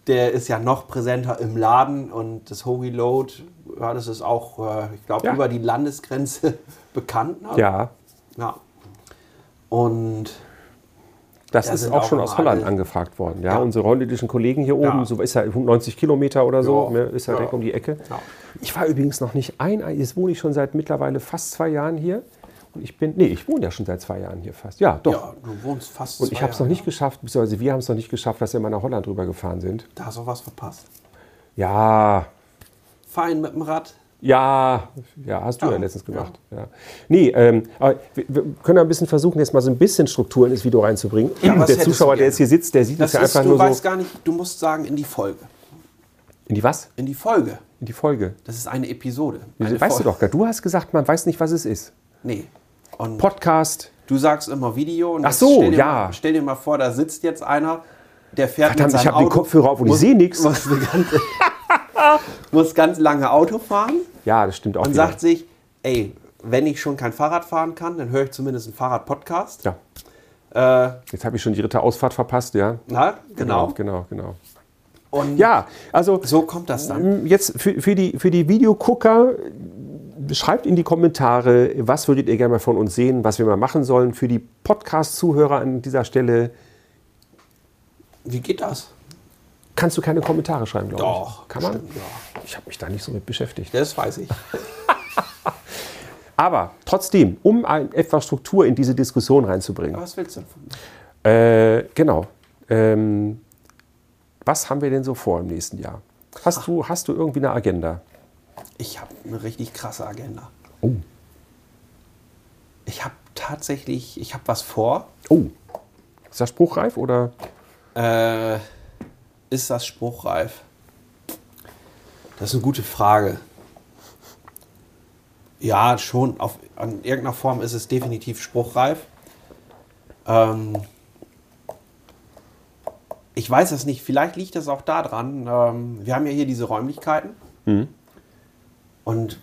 der ist ja noch präsenter im Laden und das Hoagie Load, ja, das ist auch, äh, ich glaube,
Ja.
über die Landesgrenze bekannt. Ne?
ja.
ja. Und
Das
Da
ist
sind
auch
auch
schon
immer
aus Holland
alle-
angefragt worden. Ja,
Ja.
unsere holländischen Kollegen hier oben,
Ja.
so ist ja 90 Kilometer oder so,
Ja.
ne, ist ja
Ja.
direkt um die Ecke.
Ja.
Ich war übrigens noch nicht ein, jetzt wohne ich schon seit mittlerweile fast zwei Jahren hier. Und ich bin, nee, ich wohne ja schon seit zwei Jahren hier fast. Ja, doch.
ja, du wohnst fast
Oh. Und
zwei
ich habe es noch
Jahre,
nicht
ne?
geschafft, beziehungsweise wir haben es noch nicht geschafft, dass wir mal nach Holland rüber gefahren sind.
Da hast du was verpasst.
Ja,
Fein mit dem Rad.
Ja, ja, hast du ja,
Ja,
letztens
ja.
gemacht. Ja. Nee, ähm, aber wir, wir können ja ein bisschen versuchen, jetzt mal so ein bisschen Struktur in das Video reinzubringen.
was
der
hättest du
Zuschauer, der
gerne?
jetzt hier sitzt, der sieht das,
Das
ja
ist,
einfach
du
nur
weißt
so.
gar nicht, du musst sagen, in die Folge.
In die was?
In die Folge.
In die Folge.
Das ist eine Episode.
Wieso-
Eine
Also weißt
Folge.
du doch gar. Du hast gesagt, man weiß nicht, was es ist.
Nee. Und
Podcast.
du sagst immer Video. Und
Ach
jetzt
so,
stell dir
ja.
Mal, stell dir mal vor, da sitzt jetzt einer, der fährt
Verdammt,
mit
ich
seinem
habe den
Auto.
Kopfhörer auf und ich
muss-
sehe nichts.
Muss, eine ganze- muss ganz lange Auto fahren
Ja, das stimmt auch.
und
wieder.
sagt sich, ey, wenn ich schon kein Fahrrad fahren kann, dann höre ich zumindest einen Fahrrad-Podcast.
ja,
Äh,
jetzt habe ich schon die dritte Ausfahrt verpasst, ja.
na, genau.
Genau, genau.
Und
Ja, also
so kommt das dann.
Ähm, Jetzt für, für, die, für die Videogucker, äh, schreibt in die Kommentare, was würdet ihr gerne mal von uns sehen, was wir mal machen sollen. Für die Podcast-Zuhörer an dieser Stelle
Wie geht das?
kannst du keine Kommentare schreiben, glaube ich.
Doch,
Kann man?
bestimmt,
Ich habe mich da nicht so mit beschäftigt.
Das weiß ich.
Aber trotzdem, um ein, etwas Struktur in diese Diskussion reinzubringen.
Was willst du denn von mir?
Äh, genau. Ähm, was haben wir denn so vor im nächsten Jahr? Hast du, hast du irgendwie eine Agenda?
Ich habe eine richtig krasse Agenda. Ich habe tatsächlich, ich habe was vor.
Oh. Ist das spruchreif oder?
Äh, ist das spruchreif? Das ist eine gute Frage. Ja, schon. Auf, in irgendeiner Form ist es definitiv spruchreif. Ähm, ich weiß es nicht. Vielleicht liegt das auch daran. Ähm, wir haben ja hier diese Räumlichkeiten. Und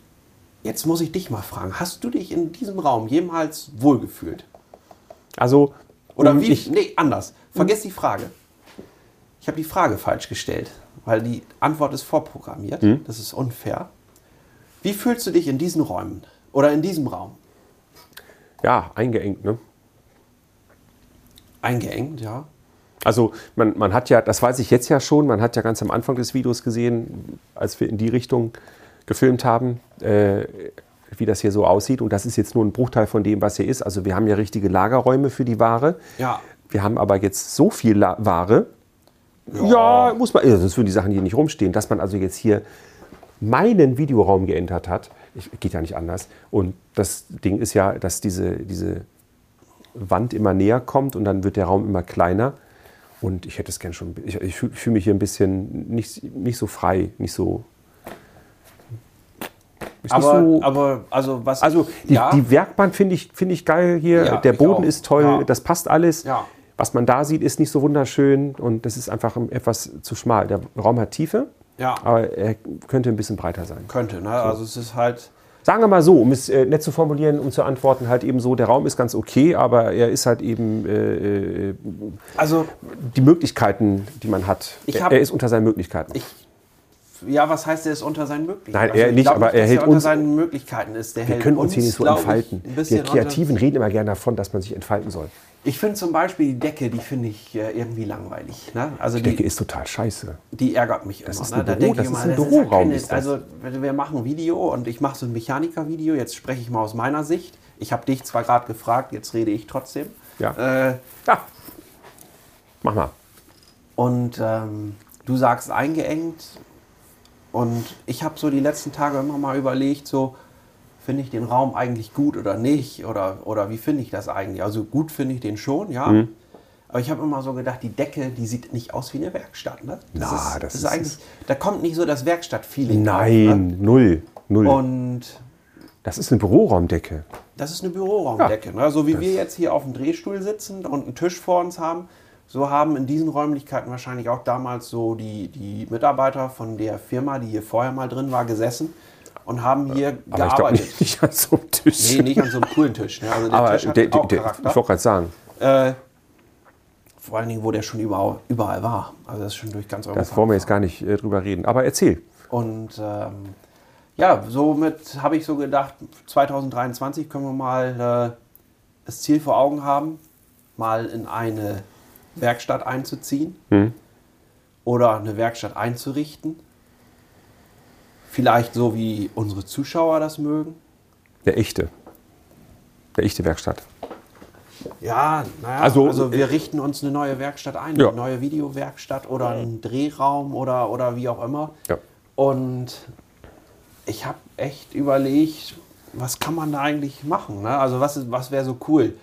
jetzt muss ich dich mal fragen: Hast du dich in diesem Raum jemals wohlgefühlt?
Also.
Oder
um-
wie?
ich- Hm.
nee, anders. Vergiss die Frage. Ich habe die Frage falsch gestellt, weil die Antwort ist vorprogrammiert.
Hm.
Das ist unfair. Wie fühlst du dich in diesen Räumen oder in diesem Raum?
Ja, eingeengt, ne?
Eingeengt, ja.
Also man, man hat ja, das weiß ich jetzt ja schon, man hat ja ganz am Anfang des Videos gesehen, als wir in die Richtung gefilmt haben, äh, wie das hier so aussieht. Und das ist jetzt nur ein Bruchteil von dem, was hier ist. Also wir haben ja richtige Lagerräume für die Ware.
Ja.
Wir haben aber jetzt so viel La Ware. Ja, muss man, also sonst würden die Sachen hier nicht rumstehen, dass man also jetzt hier meinen Videoraum geändert hat. Ich, geht ja nicht anders. Und das Ding ist ja, dass diese, diese Wand immer näher kommt und dann wird der Raum immer kleiner. Und ich hätte es gern schon. Ich, ich fühle fühl mich hier ein bisschen nicht, nicht so frei, nicht so. Ist
Aber,
nicht so
aber also was.
also die,
ja,
die Werkbank finde ich, finde ich geil hier.
Ja,
der
ich
Boden
auch.
ist toll,
Ja.
das passt alles.
Ja.
Was man da sieht, ist nicht so wunderschön und das ist einfach etwas zu schmal. Der Raum hat Tiefe,
Ja.
aber er könnte ein bisschen breiter sein.
könnte, ne? Also es ist halt.
Sagen wir mal so, um es äh, nett zu formulieren, um zu antworten, halt eben so, der Raum ist ganz okay, aber er ist halt eben äh, äh,
Also
die Möglichkeiten, die man hat.
Ich
er,
hab-
er ist unter seinen Möglichkeiten.
ja, was heißt, er ist unter seinen Möglichkeiten?
Nein,
also
er
ich
nicht,
glaub
aber er
dass
hält
unter
uns-
seinen Möglichkeiten ist. Der
wir
hält
können uns hier nicht so
glaub ich,
entfalten.
ein
Wir
bisschen
Kreativen reden immer gerne davon, dass man sich entfalten soll.
Ich finde zum Beispiel die Decke, die finde ich äh, irgendwie langweilig. Ne? Also
Die Decke ist total scheiße.
die ärgert mich immer.
ist
ne?
ein
da
Büro,
denke
das
ich
ist
immer,
ein
das ist ja
Büroraum,
keine,
ist das.
Also wir wir machen ein Video und ich mache so ein Mechaniker-Video. Jetzt spreche ich mal aus meiner Sicht. Ich habe dich zwar gerade gefragt, jetzt rede ich trotzdem.
Ja.
Äh,
Ja. Mach mal.
und ähm, du sagst eingeengt. Und ich habe so die letzten Tage immer mal überlegt, so finde ich den Raum eigentlich gut oder nicht? Oder, oder wie finde ich das eigentlich? Also gut finde ich den schon, ja.
Mhm.
Aber ich habe immer so gedacht, die Decke, die sieht nicht aus wie eine Werkstatt. Ne? Das,
Na,
ist,
das
das
ist
ist
es.
eigentlich, da kommt nicht so das Werkstatt-Feeling. drauf,
Nein, null. Null.
Ne? Und
das ist eine Büroraumdecke.
das ist eine Büroraumdecke. Ne? So wie wir jetzt hier auf dem Drehstuhl sitzen und einen Tisch vor uns haben, so haben in diesen Räumlichkeiten wahrscheinlich auch damals so die, die Mitarbeiter von der Firma, die hier vorher mal drin war, gesessen und haben hier
Aber ich glaube
gearbeitet.
nicht, nicht an so einem Tisch.
Nee, nicht an so einem coolen Tisch. Ne? Also der
Aber
Tisch
der,
hat
der,
auch
der, ich
Charakter.
wollte gerade sagen,
äh, vor allen Dingen, wo der schon überall, überall war. Also das ist schon durch ganz Europa.
das wollen wir jetzt gar nicht äh, drüber reden. Aber erzähl.
Und ähm, ja, somit habe ich so gedacht, 2023 können wir mal äh, das Ziel vor Augen haben, mal in eine Werkstatt einzuziehen oder eine Werkstatt einzurichten. Vielleicht so, wie unsere Zuschauer das mögen.
Der echte. Der echte Werkstatt.
Ja, naja,
Also,
also, wir richten uns eine neue Werkstatt ein,
Ja.
eine neue Videowerkstatt oder einen Drehraum oder, oder wie auch immer.
Ja.
Und ich habe echt überlegt, was kann man da eigentlich machen? Ne? Also was, ist- was wäre so cool?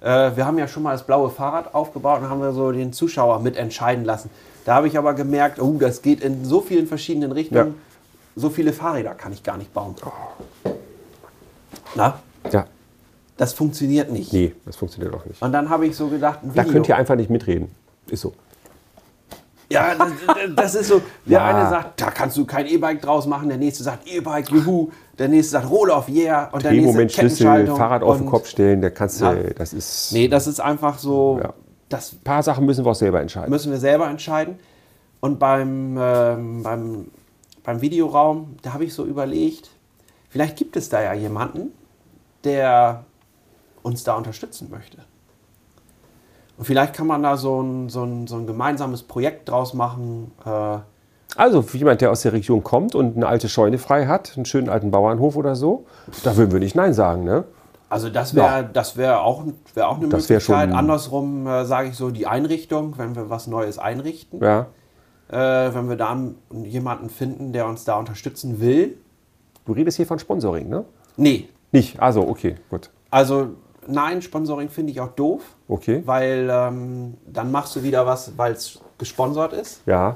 Äh, wir haben ja schon mal das blaue Fahrrad aufgebaut und haben wir so den Zuschauer mitentscheiden lassen. Da habe ich aber gemerkt, oh, das geht in so vielen verschiedenen Richtungen. So viele Fahrräder kann ich gar nicht bauen.
Oh.
Na,
Ja,
das funktioniert nicht.
nee, das funktioniert auch nicht.
Und dann habe ich so gedacht, ein
Da
Video.
könnt ihr einfach nicht mitreden. Ist so.
Ja, das, das ist so. Der
Ja.
eine sagt, da kannst du kein E-Bike draus machen. Der nächste sagt, E-Bike, juhu. Der nächste sagt, Rohloff, yeah. Und der
Im
nächste
Moment Schlüssel,
Kettenschaltung
Fahrrad auf den
und-
Kopf stellen, da kannst du,
Ja.
das ist.
Nee, das ist einfach so,
Ja.
das
Ein paar Sachen müssen wir auch selber entscheiden.
müssen wir selber entscheiden. Und beim, ähm, beim, beim Videoraum, da habe ich so überlegt, vielleicht gibt es da ja jemanden, der uns da unterstützen möchte. Und vielleicht kann man da so ein, so ein, so ein gemeinsames Projekt draus machen. Äh,
Also für jemand, der aus der Region kommt und eine alte Scheune frei hat, einen schönen alten Bauernhof oder so, da würden wir nicht Nein sagen, ne?
Also das wäre
Ja.
das wäre auch, wär auch eine
Das wär
Möglichkeit.
schon-
Andersrum äh, sage ich so die Einrichtung, wenn wir was Neues einrichten,
Ja.
äh, wenn wir da einen- jemanden finden, der uns da unterstützen will.
Du redest hier von Sponsoring, ne?
Nee,
Nicht. Also, okay, gut.
also nein, Sponsoring finde ich auch doof,
Okay.
weil ähm, dann machst du wieder was, weil es gesponsert ist.
Ja,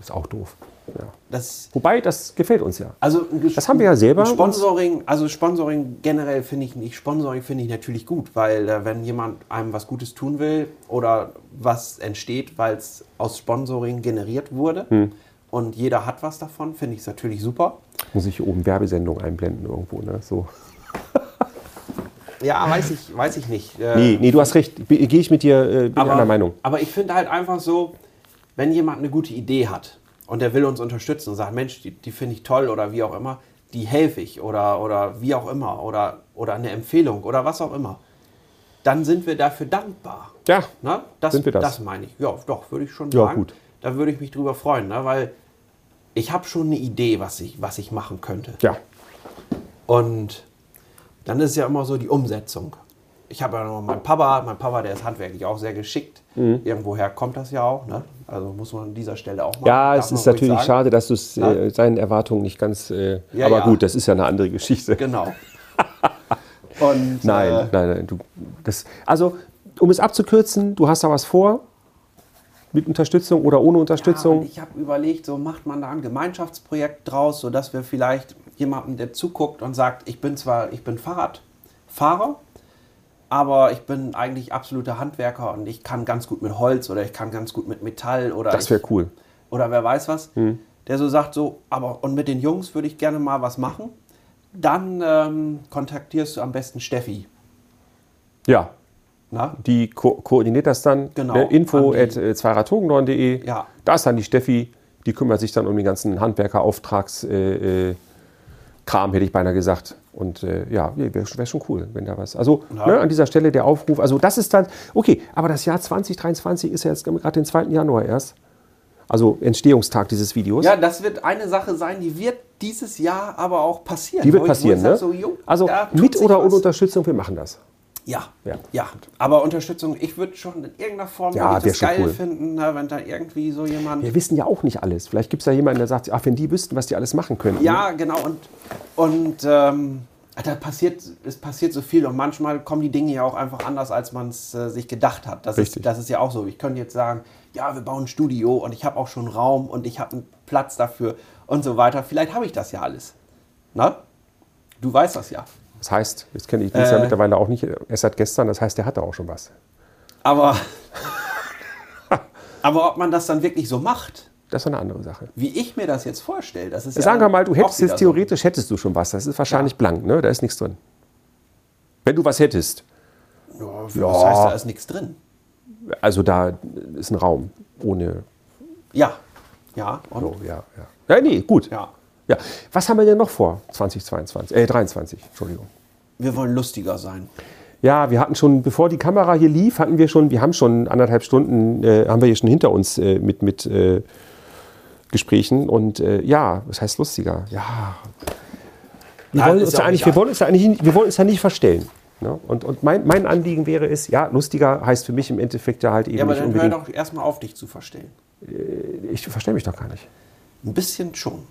ist auch doof. Ja.
Das
Wobei, das gefällt uns ja.
also ein Ges-
Das haben wir ja selber
ein Sponsoring, also Sponsoring generell finde ich nicht. Sponsoring finde ich natürlich gut, weil äh, wenn jemand einem was Gutes tun will oder was entsteht, weil es aus Sponsoring generiert wurde
Hm.
und jeder hat was davon, finde ich es natürlich super.
Muss ich hier oben Werbesendung einblenden irgendwo, ne? So.
Ja, weiß ich, weiß ich nicht. Äh,
Nee, nee, du hast recht. Gehe ich mit dir, äh, bin
aber,
einer Meinung.
aber ich finde halt einfach so, wenn jemand eine gute Idee hat und der will uns unterstützen und sagt, Mensch, die, die finde ich toll oder wie auch immer, die helfe ich oder, oder wie auch immer oder, oder eine Empfehlung oder was auch immer, dann sind wir dafür dankbar.
Ja.
Ne? Das,
Sind wir das?
meine ich. Ja, doch, würde ich schon
Ja,
sagen.
gut.
Da würde ich mich drüber freuen, ne? weil ich habe schon eine Idee, was ich, was ich machen könnte.
Ja.
Und dann ist ja immer so die Umsetzung. Ich habe ja noch meinen Papa, mein Papa, der ist handwerklich auch sehr geschickt.
Mhm.
Irgendwoher kommt das ja auch, ne? Also muss man an dieser Stelle auch mal.
Ja,
darf
es
man
ist
ruhig
natürlich
sagen.
schade, dass du es äh,
Ja.
seinen Erwartungen nicht ganz. Äh,
Ja,
aber
ja.
gut, das ist ja eine andere Geschichte.
Genau. Und
Nein,
äh,
nein, nein. Du, das, also, um es abzukürzen, du hast da was vor. Mit Unterstützung oder ohne
Ja,
Unterstützung.
und ich habe überlegt, so macht man da ein Gemeinschaftsprojekt draus, sodass wir vielleicht jemanden, der zuguckt und sagt, ich bin zwar, ich bin Fahrradfahrer, aber ich bin eigentlich absoluter Handwerker und ich kann ganz gut mit Holz oder ich kann ganz gut mit Metall oder
das wäre
ich-
cool.
oder wer weiß was,
Hm.
der so sagt so, aber und mit den Jungs würde ich gerne mal was machen, dann ähm, kontaktierst du am besten Steffi.
Ja,
Na?
die ko koordiniert das dann.
Genau.
Ne? Info
An
at
die-
äh, zweiratogendorn.de.
Ja.
Da ist dann die Steffi, die kümmert sich dann um den ganzen Handwerkerauftragskram, äh, äh, Kram, hätte ich beinahe gesagt. Und äh, ja, wäre wär schon cool, wenn da was. Also
Ja.
ne, an dieser Stelle der Aufruf. Also das ist dann, okay, aber das Jahr 2023 ist ja jetzt gerade den 2. Januar erst. Also Entstehungstag dieses Videos.
Ja, das wird eine Sache sein, die wird dieses Jahr aber auch passieren.
Die wird
Wo genau, ich- wo ich
passieren,
sag
ne?
So, jo,
also
da tut
mit
sich
oder
was.
ohne Unterstützung, wir machen das.
Ja,
Ja.
ja, Aber Unterstützung, ich würde schon in irgendeiner Form
Ja,
würd
wär
ich
schon
das geil
cool.
finden, ne, wenn da irgendwie so jemand.
Wir wissen ja auch nicht alles. Ne? Vielleicht gibt es ja jemanden, der sagt, ach, wenn die wüssten, was die alles machen können.
Ja, genau. Und, und ähm, Da passiert, es passiert so viel und manchmal kommen die Dinge ja auch einfach anders, als man es äh, sich gedacht hat. Das
Richtig.
ist, das ist ja auch so. Ich könnte jetzt sagen, ja, wir bauen ein Studio und ich habe auch schon Raum und ich habe einen Platz dafür und so weiter. Vielleicht habe ich das ja alles. Na? Du weißt das ja.
Das heißt, jetzt kenne ich das
Äh.
ja mittlerweile auch nicht, erst seit gestern, das heißt, der hatte auch schon was.
Aber, aber ob man das dann wirklich so macht,
Das ist eine andere Sache.
wie ich mir das jetzt vorstelle, das ist ja
Sagen wir mal, du
auch
hättest
wieder
jetzt theoretisch hättest du schon was. Das ist wahrscheinlich blank, ne? Da ist nichts drin. Wenn du was hättest,
So. Ja, das heißt, da ist nichts drin.
also da ist ein Raum ohne.
Ja. Ja, und
So, ja, ja. Ja, nee, gut.
ja.
Ja. Was haben wir denn noch vor 2022? Äh, 23, Entschuldigung.
Wir wollen lustiger sein.
Ja, wir hatten schon, bevor die Kamera hier lief, hatten wir schon, wir haben schon anderthalb Stunden, äh, haben wir hier schon hinter uns äh, mit, mit äh, Gesprächen. Und äh, ja, das heißt lustiger. Ja. Wir
Nein,
wollen,
ist
uns
ja
da
auch
eigentlich,
egal.
wir wollen uns da eigentlich, wir wollen uns da nicht verstellen. Ne? Und, und mein, mein Anliegen wäre es, ja, lustiger heißt für mich im Endeffekt ja halt eben
Ja, aber
nicht
dann hör
unbedingt.
doch erstmal auf, dich zu verstellen.
Ich verstehe mich doch gar nicht.
Ein bisschen schon.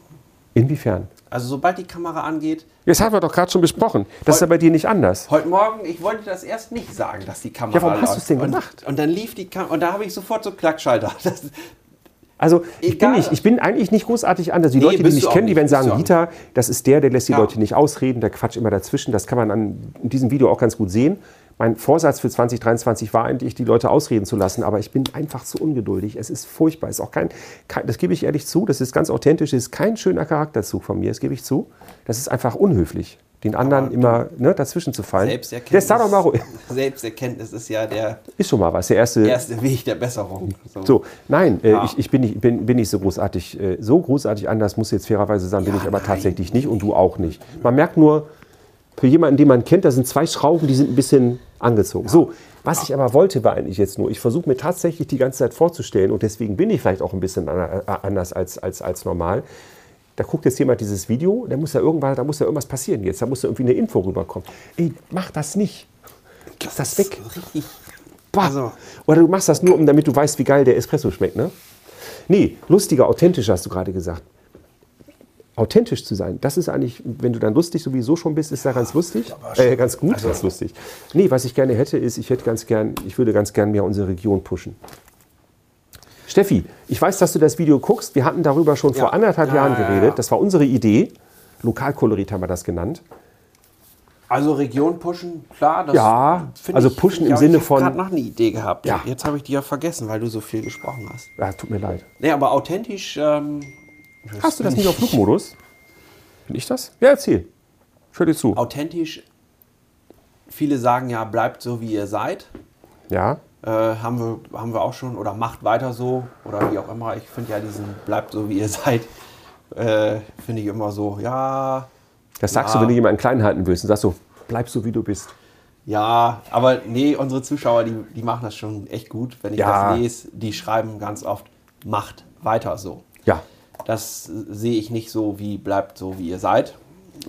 Inwiefern?
Also sobald die Kamera angeht,
Das haben wir doch gerade schon besprochen. Das ist ja bei dir nicht anders.
heute Morgen, ich wollte das erst nicht sagen, dass die Kamera
Ja, warum hast
läuft.
du's denn
und,
gemacht?
Und dann lief die Kamera und da habe ich sofort so Klackschalter. Das,
Also ich bin,
Egal.
nicht, ich bin eigentlich nicht großartig anders. Die Leute, die
bist
mich
du auch
kennen, die
nicht.
werden
Bist
sagen,
du auch
Dieter, das ist der, der lässt die
Ja.
Leute nicht ausreden, der quatscht immer dazwischen. Das kann man an, in diesem Video auch ganz gut sehen. Mein Vorsatz für 2023 war eigentlich, die Leute ausreden zu lassen, aber ich bin einfach zu ungeduldig. Es ist furchtbar. Es ist auch kein, kein, das gebe ich ehrlich zu, das ist ganz authentisch, es ist kein schöner Charakterzug von mir, das gebe ich zu. Das ist einfach unhöflich, den anderen immer ne, dazwischen zu fallen.
Selbsterkenntnis,
Das sag doch mal, ruhig.
Selbsterkenntnis ist ja der
ist schon mal was. Der erste,
erste Weg der Besserung.
so, nein, äh,
Ja.
ich, ich bin, nicht, bin, bin nicht so großartig. Äh, so großartig anders, muss ich jetzt fairerweise sagen, bin ich aber tatsächlich nicht und du auch nicht. Man merkt nur, für jemanden, den man kennt, da sind zwei Schrauben, die sind ein bisschen angezogen. So, was ich aber wollte, war eigentlich jetzt nur, ich versuche mir tatsächlich die ganze Zeit vorzustellen und deswegen bin ich vielleicht auch ein bisschen an- äh, anders als, als, als normal. Da guckt jetzt jemand dieses Video, da muss ja irgendwann, da muss ja irgendwas passieren jetzt, da muss ja irgendwie eine Info rüberkommen. Ey, mach das nicht. Lass das weg.
Richtig.
Bah.
Also-
Oder du machst das nur, um, damit du weißt, wie geil der Espresso schmeckt, ne? Nee, lustiger, authentischer hast du gerade gesagt. Authentisch zu sein, das ist eigentlich, wenn du dann lustig sowieso schon bist, ist da ganz lustig. Äh, ganz gut, ganz lustig. Nee, was ich gerne hätte, ist, ich hätte ganz gern, ich würde ganz gern mehr unsere Region pushen. Steffi, ich weiß, dass du das Video guckst. Wir hatten darüber schon vor anderthalb
Ja,
Jahren
ja, ja.
geredet. Das war unsere Idee. Lokalkolorit haben wir das genannt.
Also Region pushen, klar. Das
Ja,
find
also
ich-
pushen im
find ich auch-
Sinne
Ich
von-
habe gerade noch eine Idee gehabt.
Ja.
Jetzt habe ich die ja vergessen, weil du so viel gesprochen hast.
Ah, tut mir leid.
Nee, aber authentisch. Ähm,
Hast du das nicht auf Flugmodus? Bin ich das? Ja, erzähl. Ich höre dir zu.
authentisch. Viele sagen ja, bleibt so wie ihr seid.
Ja.
Äh, haben, wir, haben wir auch schon. Oder macht weiter so. Oder wie auch immer. Ich finde ja diesen bleibt so wie ihr seid. Äh, finde ich immer so, ja,
Das sagst du, wenn du jemanden klein halten willst und sagst so, bleib so wie du bist.
ja. Aber nee, unsere Zuschauer, die, die machen das schon echt gut. Wenn ich
Ja.
das lese, die schreiben ganz oft, macht weiter so.
Ja.
Das äh, sehe ich nicht so, wie bleibt so, wie ihr seid.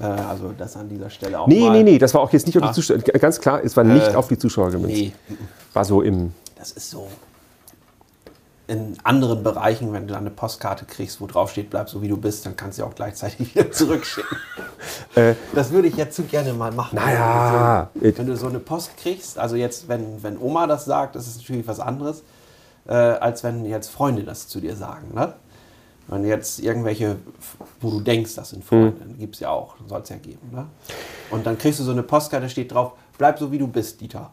Äh, also das an dieser Stelle auch
Nee,
mal.
nee, nee, das war auch jetzt nicht auf die Zuschauer. g- Ganz klar, es war nicht auf die Zuschauer gemünzt.
Nee,
War so im.
das ist so. In anderen Bereichen, wenn du dann eine Postkarte kriegst, wo drauf steht, bleib so wie du bist, dann kannst du ja auch gleichzeitig wieder zurückschicken. Äh, das würde ich jetzt zu gerne mal machen.
Naja,
Wenn du so- wenn du so eine Post kriegst, also jetzt, wenn, wenn Oma das sagt, ist es natürlich was anderes, äh, als wenn jetzt Freunde das zu dir sagen. Ne? Wenn jetzt irgendwelche, wo du denkst, das sind Freunde, gibt's gibt es ja auch, soll es ja geben. Ne? Und dann kriegst du so eine Postkarte, steht drauf, bleib so wie du bist, Dieter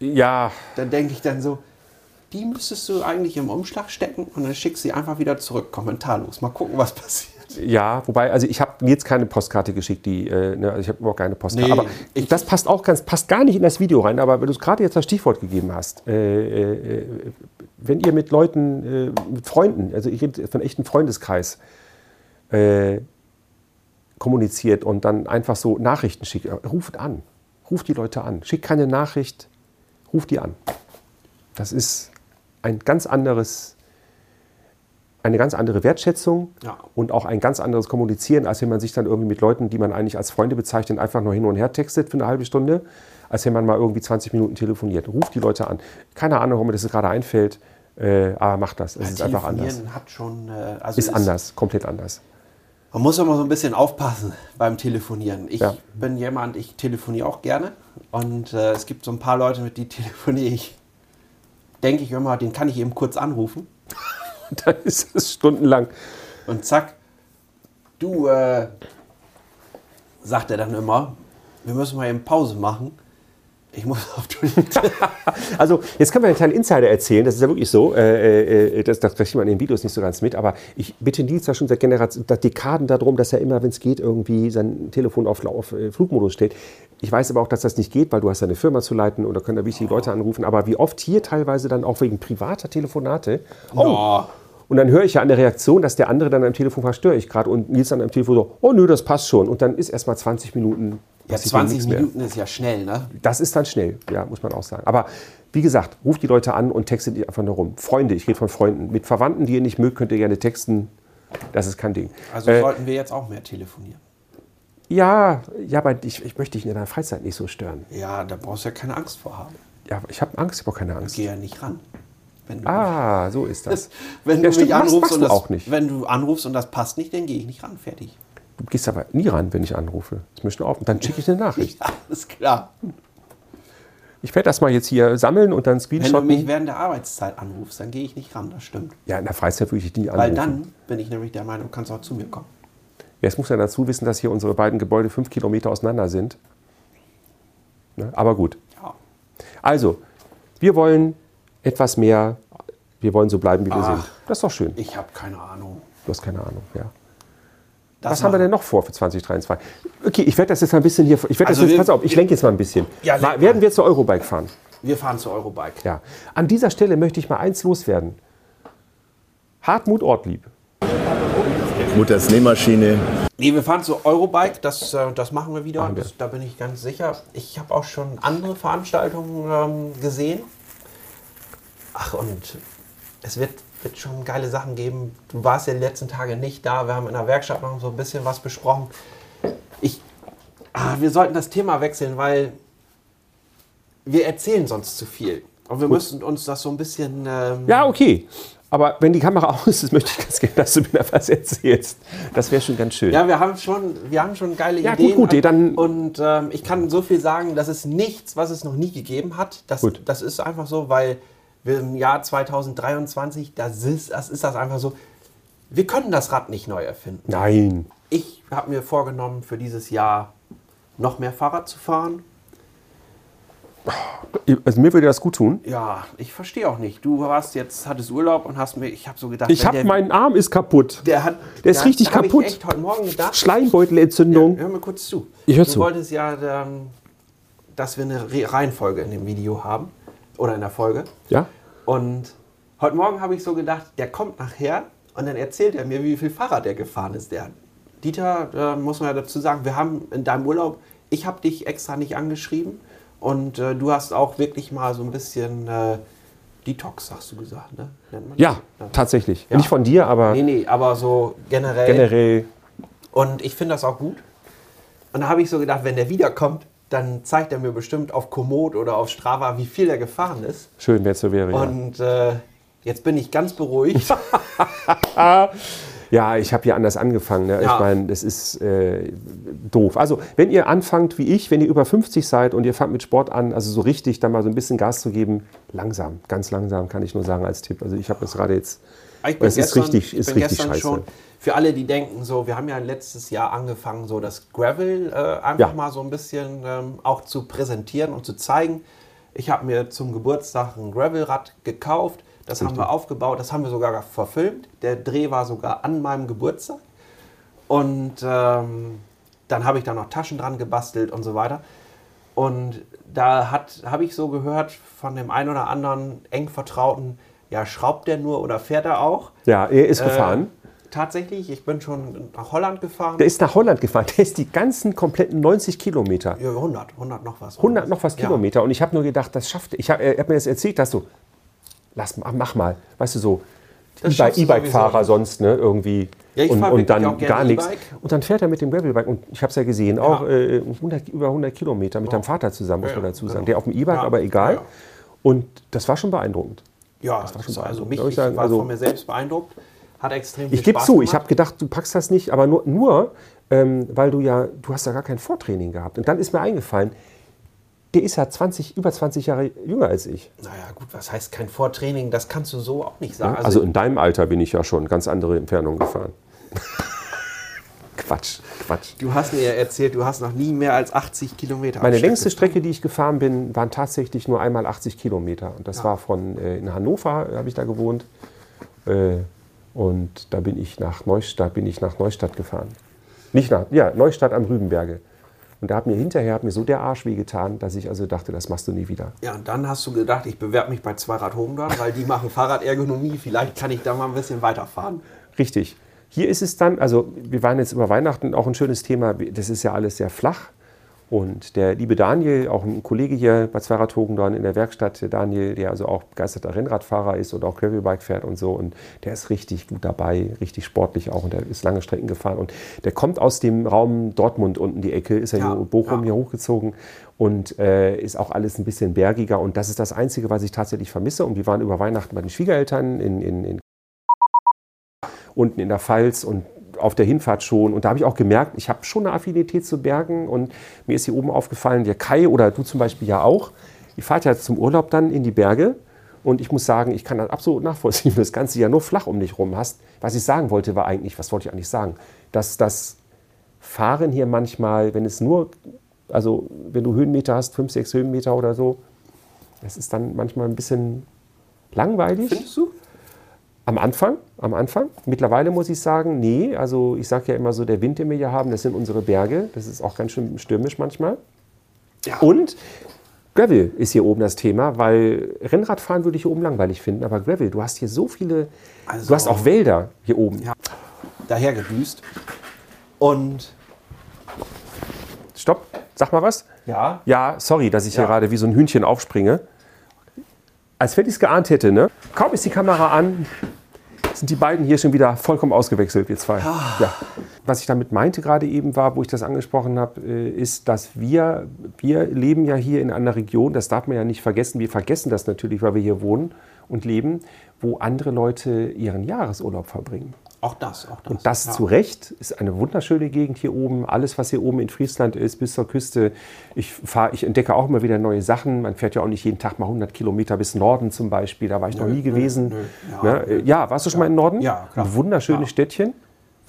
Ja,
dann denke ich dann so, die müsstest du eigentlich im Umschlag stecken und dann schickst du sie einfach wieder zurück, kommentarlos. Mal gucken, was passiert.
ja, wobei, also ich habe mir jetzt keine Postkarte geschickt, die, äh, ne, also ich habe überhaupt keine Postkarte.
Nee,
aber
ich-
das passt auch ganz, passt gar nicht in das Video rein, aber wenn du es gerade jetzt das Stichwort gegeben hast, äh, äh, äh, wenn ihr mit Leuten, äh, mit Freunden, also ich rede von echten Freundeskreis, äh, kommuniziert und dann einfach so Nachrichten schickt, ruft an. Ruft die Leute an. Schickt keine Nachricht, ruft die an. Das ist ein ganz anderes, eine ganz andere Wertschätzung
Ja.
und auch ein ganz anderes Kommunizieren, als wenn man sich dann irgendwie mit Leuten, die man eigentlich als Freunde bezeichnet, einfach nur hin und her textet für eine halbe Stunde, als wenn man mal irgendwie 20 Minuten telefoniert. Ruft die Leute an. Keine Ahnung, warum mir das jetzt gerade einfällt, äh, aber macht das. Es ist einfach anders.
Telefonieren hat schon, äh, also
Ist anders, komplett anders.
Man muss immer so ein bisschen aufpassen beim Telefonieren. Ich
Ja.
bin jemand, ich telefoniere auch gerne. Und äh, es gibt so ein paar Leute, mit denen telefoniere ich. Denke ich immer, den kann ich eben kurz anrufen.
Dann ist es stundenlang.
Und zack, du, äh, sagt er dann immer, wir müssen mal eben Pause machen. Ich muss auf
Oh.
Toilette.
Also, jetzt können wir einen kleinen Insider erzählen, das ist ja wirklich so, äh, äh, das, das kriegt man in den Videos nicht so ganz mit, aber ich bitte Nils ja schon seit Generation, seit Dekaden darum, dass er immer, wenn es geht, irgendwie sein Telefon auf, Lau- auf äh, Flugmodus stellt. Ich weiß aber auch, dass das nicht geht, weil du hast ja eine Firma zu leiten und da können da wichtige Leute anrufen, aber wie oft hier teilweise dann auch wegen privater Telefonate,
Oh.
und dann höre ich ja an der Reaktion, dass der andere dann am Telefon fragt, störe ich gerade und Nils dann am Telefon so, oh nö, das passt schon und dann ist erst mal 20 Minuten
Ja,
passiert dann
20
nichts mehr.
Minuten ist ja schnell, ne?
Das ist dann schnell, ja, muss man auch sagen. Aber wie gesagt, ruft die Leute an und textet die einfach nur rum. Freunde, ich rede von Freunden. Mit Verwandten, die ihr nicht mögt, könnt ihr gerne texten. Das ist kein Ding.
Also
äh,
sollten wir jetzt auch mehr telefonieren.
ja, ja, aber ich, ich möchte dich in deiner Freizeit nicht so stören.
Ja, da brauchst du ja keine Angst vor haben.
Ja, ich habe Angst, ich habe keine Angst.
Geh ja nicht ran. Wenn du,
Ah, so ist das.
wenn
Ja,
du
stimmt,
mich
machst-
anrufst
machst
und
du
das,
auch nicht.
wenn du anrufst und das passt nicht, dann gehe ich nicht ran. Fertig.
Du gehst aber nie ran, wenn ich anrufe. Das ist mir schon auf. Und dann schicke ich eine Nachricht.
Alles klar.
Ich werde das mal jetzt hier sammeln und dann
Wenn du mich
Screenshotten.
während der Arbeitszeit anrufst, dann gehe ich nicht ran. Das stimmt.
Ja, in der Freizeit würde ich dich nie anrufen.
Weil dann bin ich nämlich der Meinung, du kannst auch zu mir kommen.
Jetzt muss man dazu wissen, dass hier unsere beiden Gebäude fünf Kilometer auseinander sind. Ne? Aber gut.
Ja.
Also, wir wollen etwas mehr, wir wollen so bleiben, wie wir
Ach.
sind. Das ist doch schön.
Ich habe keine Ahnung.
Du hast keine Ahnung, ja.
Das
Was haben wir
machen-
denn noch vor für 2023? Okay, ich werde das jetzt ein bisschen hier, ich werde
Also
das jetzt,
wir-
pass auf, ich lenke jetzt mal ein bisschen.
Ja, lenk
Wa-
mal.
werden wir zur Eurobike fahren?
Wir fahren zu Eurobike.
Ja. An dieser Stelle möchte ich mal eins loswerden. Hartmut Ortlieb.
Mutters Nähmaschine,
Nee, wir fahren zu Eurobike, das, äh, das machen wir wieder,
wir.
Das, da bin ich ganz sicher. Ich habe auch schon andere Veranstaltungen ähm, gesehen. Ach, und es wird, wird schon geile Sachen geben. Du warst ja die letzten Tage nicht da, wir haben in der Werkstatt noch so ein bisschen was besprochen. Ich, ah, wir sollten das Thema wechseln, weil wir erzählen sonst zu viel. Und wir müssen uns das so ein bisschen... Ähm,
Ja, okay. Aber wenn die Kamera aus ist, möchte ich ganz gerne, dass du mir da was erzählst. Das wäre schon ganz schön.
Ja, wir haben schon, wir haben schon geile
Ja, gut,
Ideen.
gut, eh, dann-
und ähm, ich kann so viel sagen, das ist nichts, was es noch nie gegeben hat. Das,
Gut.
das ist einfach so, weil wir im Jahr 2023, das ist, das ist das einfach so. Wir können das Rad nicht neu erfinden.
Nein.
Ich habe mir vorgenommen, für dieses Jahr noch mehr Fahrrad zu fahren.
Also mir würde das gut tun.
Ja, ich verstehe auch nicht. Du warst jetzt, hattest Urlaub und hast mir, ich habe so gedacht,
Ich
wenn
habe
der-
meinen Arm ist kaputt.
der hat,
der ist
da-
richtig
da hab
kaputt.
Ich echt heute Morgen gedacht,
Schleimbeutelentzündung.
Hör mir kurz zu.
Ich hör
du
zu.
wolltest ja, ähm, dass wir eine Re- Reihenfolge in dem Video haben. Oder in der Folge.
Ja?
Und heute Morgen habe ich so gedacht, der kommt nachher und dann erzählt er mir, wie viel Fahrrad er gefahren ist. Der Dieter, äh, muss man ja dazu sagen, wir haben in deinem Urlaub, ich habe dich extra nicht angeschrieben und äh, du hast auch wirklich mal so ein bisschen äh, Detox, hast du gesagt, ne? Nennt man
Ja,
das?
tatsächlich.
Ja.
Nicht von dir, aber
Nee, nee, aber so generell.
generell.
Und ich finde das auch gut. Und da habe ich so gedacht, wenn der wiederkommt, dann zeigt er mir bestimmt auf Komoot oder auf Strava, wie viel er gefahren ist.
Schön, wenn es so wäre. Ja,
Und äh, jetzt bin ich ganz beruhigt.
ja ich habe hier anders angefangen. Ne?
Ja.
Ich meine, das ist äh, doof. Also, wenn ihr anfangt wie ich, wenn ihr über 50 seid und ihr fangt mit Sport an, also so richtig, dann mal so ein bisschen Gas zu geben, langsam, ganz langsam, kann ich nur sagen als Tipp. Also, ich habe das gerade jetzt.
Ich
Es ist richtig- ist richtig scheiße.
für alle, die denken so, wir haben ja letztes Jahr angefangen, so das Gravel äh, einfach
Ja.
mal so ein bisschen ähm, auch zu präsentieren und zu zeigen. Ich habe mir zum Geburtstag ein Gravelrad gekauft, das haben wir aufgebaut, das haben wir sogar verfilmt. Der Dreh war sogar an meinem Geburtstag. Und ähm, dann habe ich da noch Taschen dran gebastelt und so weiter. Und da hat- habe ich so gehört von dem einen oder anderen eng Vertrauten, ja, schraubt der nur oder fährt er auch?
Ja, er ist
Äh,
gefahren.
Tatsächlich, ich bin schon nach Holland gefahren.
Der ist nach Holland gefahren. Der ist die ganzen kompletten 90 Kilometer.
ja, 100, 100 noch was.
100 noch was
Ja.
Kilometer. Und ich habe nur gedacht, das schafft. Ich habe er hat mir das erzählt, dass du, lass, mach- mach mal. Weißt du, so
Das
E-Bi-
schaffst du
E-Bike-Fahrer sonst, ne, irgendwie.
Ja, ich
und
fahr
und
wirklich
dann
auch gerne
gar nichts.
E-Bike.
Und dann fährt er mit dem Gravelbike und ich habe es ja gesehen, auch äh, 100, über 100 Kilometer mit deinem Vater zusammen, muss
Ja,
man dazu sagen.
genau.
Der auf dem E-Bike,
Ja,
aber egal.
ja.
Und das war schon beeindruckend.
Ja, das ist also mich,
Soll ich
ich
sagen,
war
also-
von mir selbst beeindruckt. Hat extrem viel
Ich gebe
Spaß
zu, ich
gemacht.
habe gedacht, du packst das nicht, aber nur, nur ähm, weil du ja, du hast ja gar kein Vortraining gehabt. Und dann ist mir eingefallen, der ist ja 20, über 20 Jahre jünger als ich.
Naja, gut, was heißt kein Vortraining? Das kannst du so auch nicht sagen.
Also, in deinem Alter bin ich ja schon ganz andere Entfernungen gefahren. Quatsch, Quatsch.
du hast mir erzählt, du hast noch nie mehr als 80 Kilometer. am
Meine
Stück
längste Strecke, die ich gefahren bin, waren tatsächlich nur einmal 80 Kilometer. Und das war von äh, in Hannover, äh, habe ich da gewohnt. Äh, und da bin ich nach Neustadt, bin ich nach Neustadt gefahren. Nicht nach, ja, Neustadt am Rübenberge. Und da hat mir hinterher hat mir so der Arsch wehgetan, dass ich also dachte, das machst du nie wieder.
Ja, und dann hast du gedacht, ich bewerbe mich bei Zweirad Homdorf, weil die machen Fahrradergonomie. Vielleicht kann ich da mal ein bisschen weiterfahren.
Richtig. Hier ist es dann, also wir waren jetzt über Weihnachten, auch ein schönes Thema, das ist ja alles sehr flach. Und der liebe Daniel, auch ein Kollege hier bei Zweirad Hogendorn in der Werkstatt, der Daniel, der also auch begeisterter Rennradfahrer ist und auch Gravelbike fährt und so. Und der ist richtig gut dabei, richtig sportlich auch und der ist lange Strecken gefahren. Und der kommt aus dem Raum Dortmund unten die Ecke, ist ja,
Ja,
hier Bochum
ja.
hier hochgezogen und äh, ist auch alles ein bisschen bergiger. Und das ist das Einzige, was ich tatsächlich vermisse. Und wir waren über Weihnachten bei den Schwiegereltern in, in, in unten in der Pfalz und auf der Hinfahrt schon. Und da habe ich auch gemerkt, ich habe schon eine Affinität zu Bergen. Und mir ist hier oben aufgefallen, der Kai oder du zum Beispiel ja auch, ihr fahrt ja zum Urlaub dann in die Berge. Und ich muss sagen, ich kann das absolut nachvollziehen, wenn du das Ganze ja nur flach um dich rum hast. Was ich sagen wollte, war eigentlich, was wollte ich eigentlich sagen? Dass das Fahren hier manchmal, wenn es nur, also wenn du Höhenmeter hast, fünf, sechs Höhenmeter oder so, das ist dann manchmal ein bisschen langweilig.
Findest du?
Am Anfang, am Anfang. Mittlerweile muss ich sagen, nee, also ich sage ja immer so, der Wind, den wir hier haben, das sind unsere Berge. Das ist auch ganz schön stürmisch manchmal.
Ja.
Und Gravel ist hier oben das Thema, weil Rennradfahren würde ich hier oben langweilig finden, aber Gravel, du hast hier so viele,
Also-
du hast auch Wälder hier oben.
Ja. Daher gedüst. Und
Stopp, sag mal was.
ja,
Ja, sorry, dass ich hier
Ja.
gerade wie so ein Hühnchen aufspringe. Als wenn ich es geahnt hätte, ne? Kaum ist die Kamera an, sind die beiden hier schon wieder vollkommen ausgewechselt, wir zwei. Ja. Was ich damit meinte gerade eben war, wo ich das angesprochen habe, äh, ist, dass wir, wir leben ja hier in einer Region, das darf man ja nicht vergessen, wir vergessen das natürlich, weil wir hier wohnen und leben, wo andere Leute ihren Jahresurlaub verbringen.
auch das, auch das.
Und das
ja.
zu Recht ist eine wunderschöne Gegend hier oben. Alles, was hier oben in Friesland ist, bis zur Küste. Ich fahre, ich entdecke auch immer wieder neue Sachen. Man fährt ja auch nicht jeden Tag mal 100 Kilometer bis Norden zum Beispiel. Da war ich noch nie gewesen.
Ja,
Ne? Äh, ja, warst du schon mal in Norden?
Ja, klar.
Ein wunderschönes Städtchen.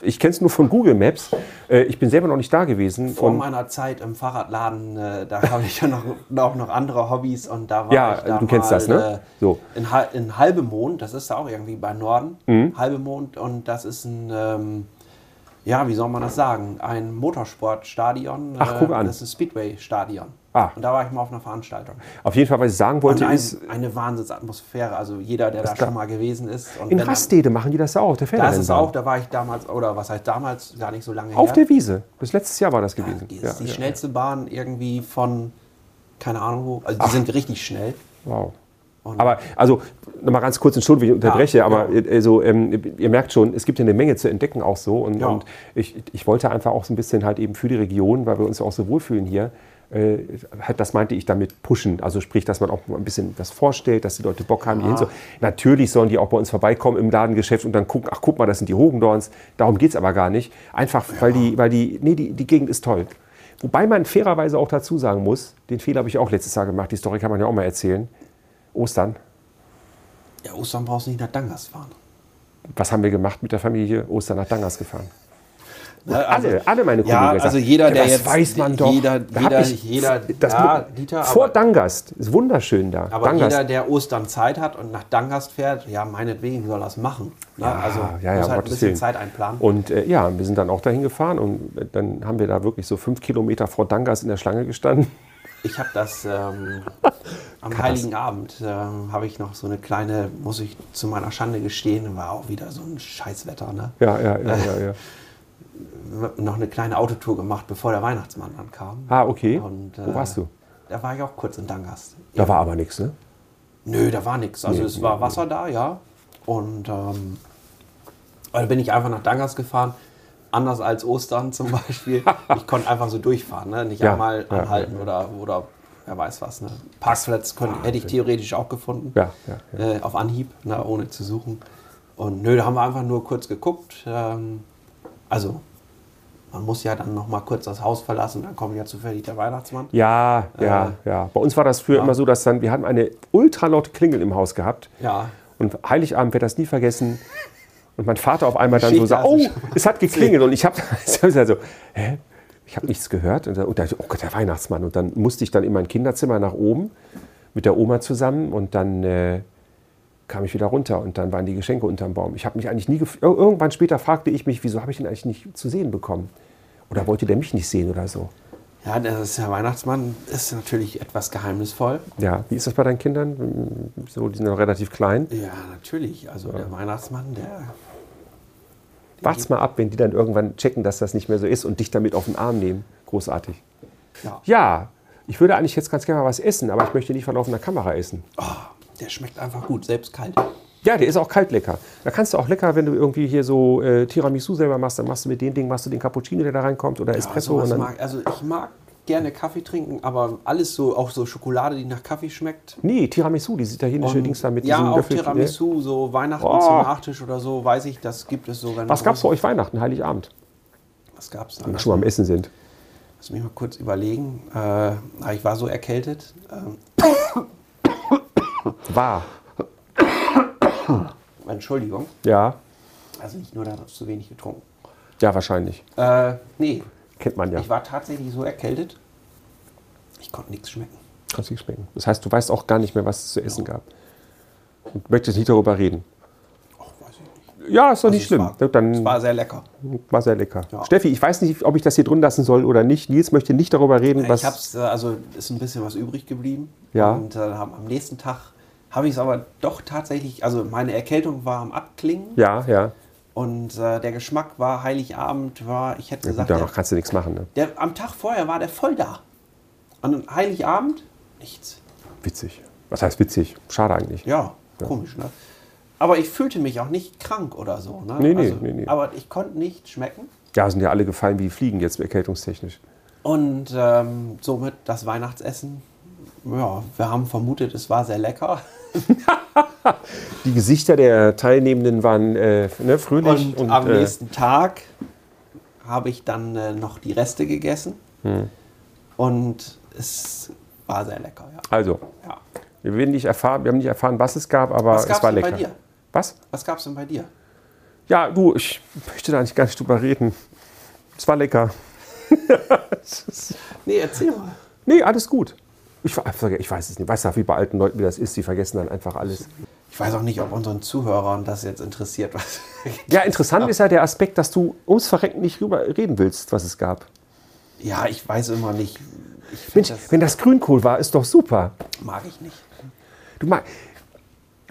Ich kenne es nur von Google Maps. Äh, Ich bin selber noch nicht da gewesen.
Vor
Und-
meiner Zeit im Fahrradladen, äh, da habe ich ja noch, auch noch andere Hobbys und da war
Ja,
ich da
du kennst
mal,
das, ne?
Äh,
So.
in, Hal- in Halbemond, das ist da auch irgendwie bei Norden,
Mhm.
Halbemond und das ist ein, ähm, ja, wie soll man das sagen, ein Motorsportstadion. äh,
Ach, guck an.
Das ist ein Speedway-Stadion.
Ah.
Und da war ich mal auf einer Veranstaltung.
auf jeden Fall, was ich sagen
Und
wollte,
ein,
ist,
eine Wahnsinnsatmosphäre, also jeder, der da
klar.
schon mal gewesen ist. Und
in
wenn er-
Rastede machen die das ja auch, der
Da ist es
Pferderennbahn.
auch, da war ich damals, oder was heißt damals, gar nicht so lange
Auf
her.
der Wiese. Bis letztes Jahr war das gewesen.
Also Die ist
Ja,
die
ja.
schnellste Bahn irgendwie von, keine Ahnung wo. Also die sind richtig schnell.
Wow. Aber also nochmal ganz kurz, Entschuldigung, wenn ich unterbreche,
Ja,
aber äh, also, ähm, ihr merkt schon, es gibt ja eine Menge zu entdecken auch so und,
Ja.
und ich, ich wollte einfach auch so ein bisschen halt eben für die Region, weil wir uns auch so wohlfühlen hier, äh, halt das meinte ich damit pushen, also sprich, dass man auch mal ein bisschen was vorstellt, dass die Leute Bock haben, hier hinzu. Natürlich sollen die auch bei uns vorbeikommen im Ladengeschäft und dann gucken, ach guck mal, das sind die Hogendorns, darum geht es aber gar nicht. Einfach, weil die, weil die, nee, die, die Gegend ist toll. Wobei man fairerweise auch dazu sagen muss, den Fehler habe ich auch letztes Jahr gemacht, die Story kann man ja auch mal erzählen. Ostern.
Ja, Ostern brauchst du nicht nach Dangas fahren.
Was haben wir gemacht mit der Familie? Ostern nach Dangers gefahren.
Ne, also-
alle, alle meine Kollegen.
Ja,
gesagt,
also jeder, der
das
jetzt-
weiß man doch.
jeder-
Da
jeder-
hab
jeder-
das
ja,
mu-
Dieter,
vor
aber-
Dangast. Ist wunderschön da.
Aber jeder, der Ostern Zeit hat und nach Dangas fährt, ja, meinetwegen soll das machen. Ne? also
Ah, ja, ja,
muss
um
halt ein
Gottes
bisschen
Willen.
Zeit einplanen.
Und äh, ja, wir sind dann auch dahin gefahren und äh, dann haben wir da wirklich so fünf Kilometer vor Dangast in der Schlange gestanden.
Ich habe das ähm, am Heiligen Abend, äh, habe ich noch so eine kleine, muss ich zu meiner Schande gestehen, war auch wieder so ein Scheißwetter. Ne?
Ja, ja, ja, ja. ja.
Noch eine kleine Autotour gemacht, bevor der Weihnachtsmann dann kam.
Ah, okay.
Und, äh,
Wo warst du?
Da war ich auch kurz in Dangas.
Da war aber nichts, ne?
Nö, da war nichts. Also es war Wasser da, ja. Und ähm, dann bin ich einfach nach Dangas gefahren. Anders als Ostern zum Beispiel. Ich konnte einfach so durchfahren, ne? nicht
Ja,
einmal
ja, Ah,
anhalten oder, oder wer weiß was. Ne? Parkplatz könnt, hätte ich theoretisch auch gefunden.
Ja, ja,
Äh, auf Anhieb, ne? ohne zu suchen. Und nö, da haben wir einfach nur kurz geguckt. Ähm, also, man muss ja dann noch mal kurz das Haus verlassen, dann kommt ja zufällig der Weihnachtsmann.
Ja, ja, ja. Bei uns war das früher immer so, dass dann, wir hatten eine ultralaute Klingel im Haus gehabt.
Ja.
Und Heiligabend wird das nie vergessen. Und mein Vater auf einmal dann so
Geschichte
sagt,
hast du
oh,
schon mal
es hat geklingelt. Und ich habe so, hä? Ich habe nichts gehört. Und dann, und dann, oh Gott, der Weihnachtsmann. Und dann musste ich dann in mein Kinderzimmer nach oben mit der Oma zusammen. Und dann äh, kam ich wieder runter. Und dann waren die Geschenke unterm Baum. Ich habe mich eigentlich nie gef- Ir- Irgendwann später fragte ich mich, wieso habe ich den eigentlich nicht zu sehen bekommen? Oder wollte der mich nicht sehen oder so?
Ja, das ist der Weihnachtsmann ist natürlich etwas geheimnisvoll.
Ja, wie ist das bei deinen Kindern? Hm, So, die sind noch relativ klein.
Ja, natürlich. Also der Weihnachtsmann, der
Wart's
Mhm.
mal ab, wenn die dann irgendwann checken, dass das nicht mehr so ist und dich damit auf den Arm nehmen. Großartig.
Ja.
Ja, ich würde eigentlich jetzt ganz gerne mal was essen, aber ich möchte nicht vor laufender Kamera essen.
oh, Der schmeckt einfach gut, selbst kalt.
Ja, der ist auch kalt lecker. Da kannst du auch lecker, wenn du irgendwie hier so äh, Tiramisu selber machst, dann machst du mit dem Ding, machst du den Cappuccino, der da reinkommt oder Espresso.
sowas
und dann,
mag, also ich mag gerne Kaffee trinken, aber alles so, auch so Schokolade, die nach Kaffee schmeckt.
nee, Tiramisu, dieses italienische Dings da mit
ja,
diesem
auch
Löffel. ne?
Tiramisu, so Weihnachten
Oh.
zum Nachtisch oder so, weiß ich, das gibt es sogar.
Was gab's bei
da?
euch Weihnachten, Heiligabend?
Was gab's da?
Wenn wir schon mal am Essen sind.
Lass mich mal kurz überlegen. Äh, ah, ich war so erkältet. Ähm,
War.
Entschuldigung.
Ja.
Also nicht nur, da habe ich zu wenig getrunken.
Ja, wahrscheinlich.
Äh, nee,
Kennt man ja.
ich war tatsächlich so erkältet, ich konnte nichts schmecken.
Kannst nicht schmecken. Das heißt, du weißt auch gar nicht mehr, was es zu essen gab. Und möchtest nicht darüber reden.
Ach, weiß ich nicht.
Ja, ist doch nicht
Also es
schlimm.
War,
Dann
es war sehr lecker.
war sehr lecker.
Ja.
Steffi, ich weiß nicht, ob ich das hier drin lassen soll oder nicht. Nils möchte nicht darüber reden,
Ja,
was.
Ich hab's, äh, also ist ein bisschen was übrig geblieben.
Ja.
Und äh, am am nächsten Tag habe ich es aber doch tatsächlich, also meine Erkältung war am Abklingen
ja, ja.
und äh, der Geschmack war Heiligabend, war, ich hätte
ja gut,
gesagt,
danach
der,
kannst du nichts machen. Ne?
der, am Tag vorher war der voll da. Und am Heiligabend nichts.
Witzig. Was heißt witzig? Schade eigentlich.
Ja, komisch, ne? Aber ich fühlte mich auch nicht krank oder so. Ne?
Nee, nee, nee, nee.
Aber ich konnte nicht schmecken.
Ja, sind ja alle gefallen wie Fliegen jetzt erkältungstechnisch.
Und ähm, somit das Weihnachtsessen. Ja, wir haben vermutet, es war sehr lecker.
Die Gesichter der Teilnehmenden waren äh, ne, fröhlich.
Und, am
äh,
nächsten Tag habe ich dann äh, noch die Reste gegessen. Und es war sehr lecker, ja.
Also,
ja.
wir, werden nicht erfahren, wir haben nicht erfahren, was es gab, aber
Was
es
gab's
war
denn bei
lecker.
dir?
Was?
Was gab es denn bei dir?
Ja, du, ich möchte da nicht gar nicht drüber reden. Es war lecker.
Nee, erzähl mal.
Nee, alles gut. Ich, ver- ich weiß es nicht. Weißt du, wie bei alten Leuten, wie das ist, die vergessen dann einfach alles.
Ich weiß auch nicht, ob unseren Zuhörern das jetzt interessiert. Was
Ja, interessant ist ja der Aspekt, dass du ums Verrecken nicht rüber reden willst, was es gab.
ja, ich weiß immer nicht. Ich
Mensch,
finde, das
wenn das Grünkohl war, ist doch super.
mag ich nicht.
Du mag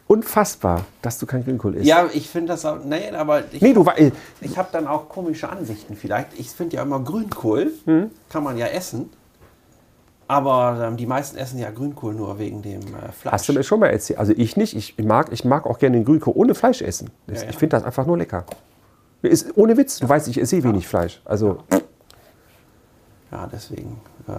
unfassbar, dass du kein Grünkohl isst.
Ja, ich finde das auch. Nein, aber ich,
Nee, du war, äh,
ich habe dann auch komische Ansichten vielleicht. Ich finde ja immer Grünkohl,
Hm.
kann man ja essen. Aber ähm, die meisten essen ja Grünkohl nur wegen dem äh, Fleisch.
hast du mir schon mal erzählt. Also ich nicht, ich mag, ich mag auch gerne den Grünkohl ohne Fleisch essen. Das,
Ja, ja.
Ich finde das einfach nur lecker. Ist, ohne Witz, du weißt, ich esse eh wenig Fleisch. Also,
Ja, deswegen äh,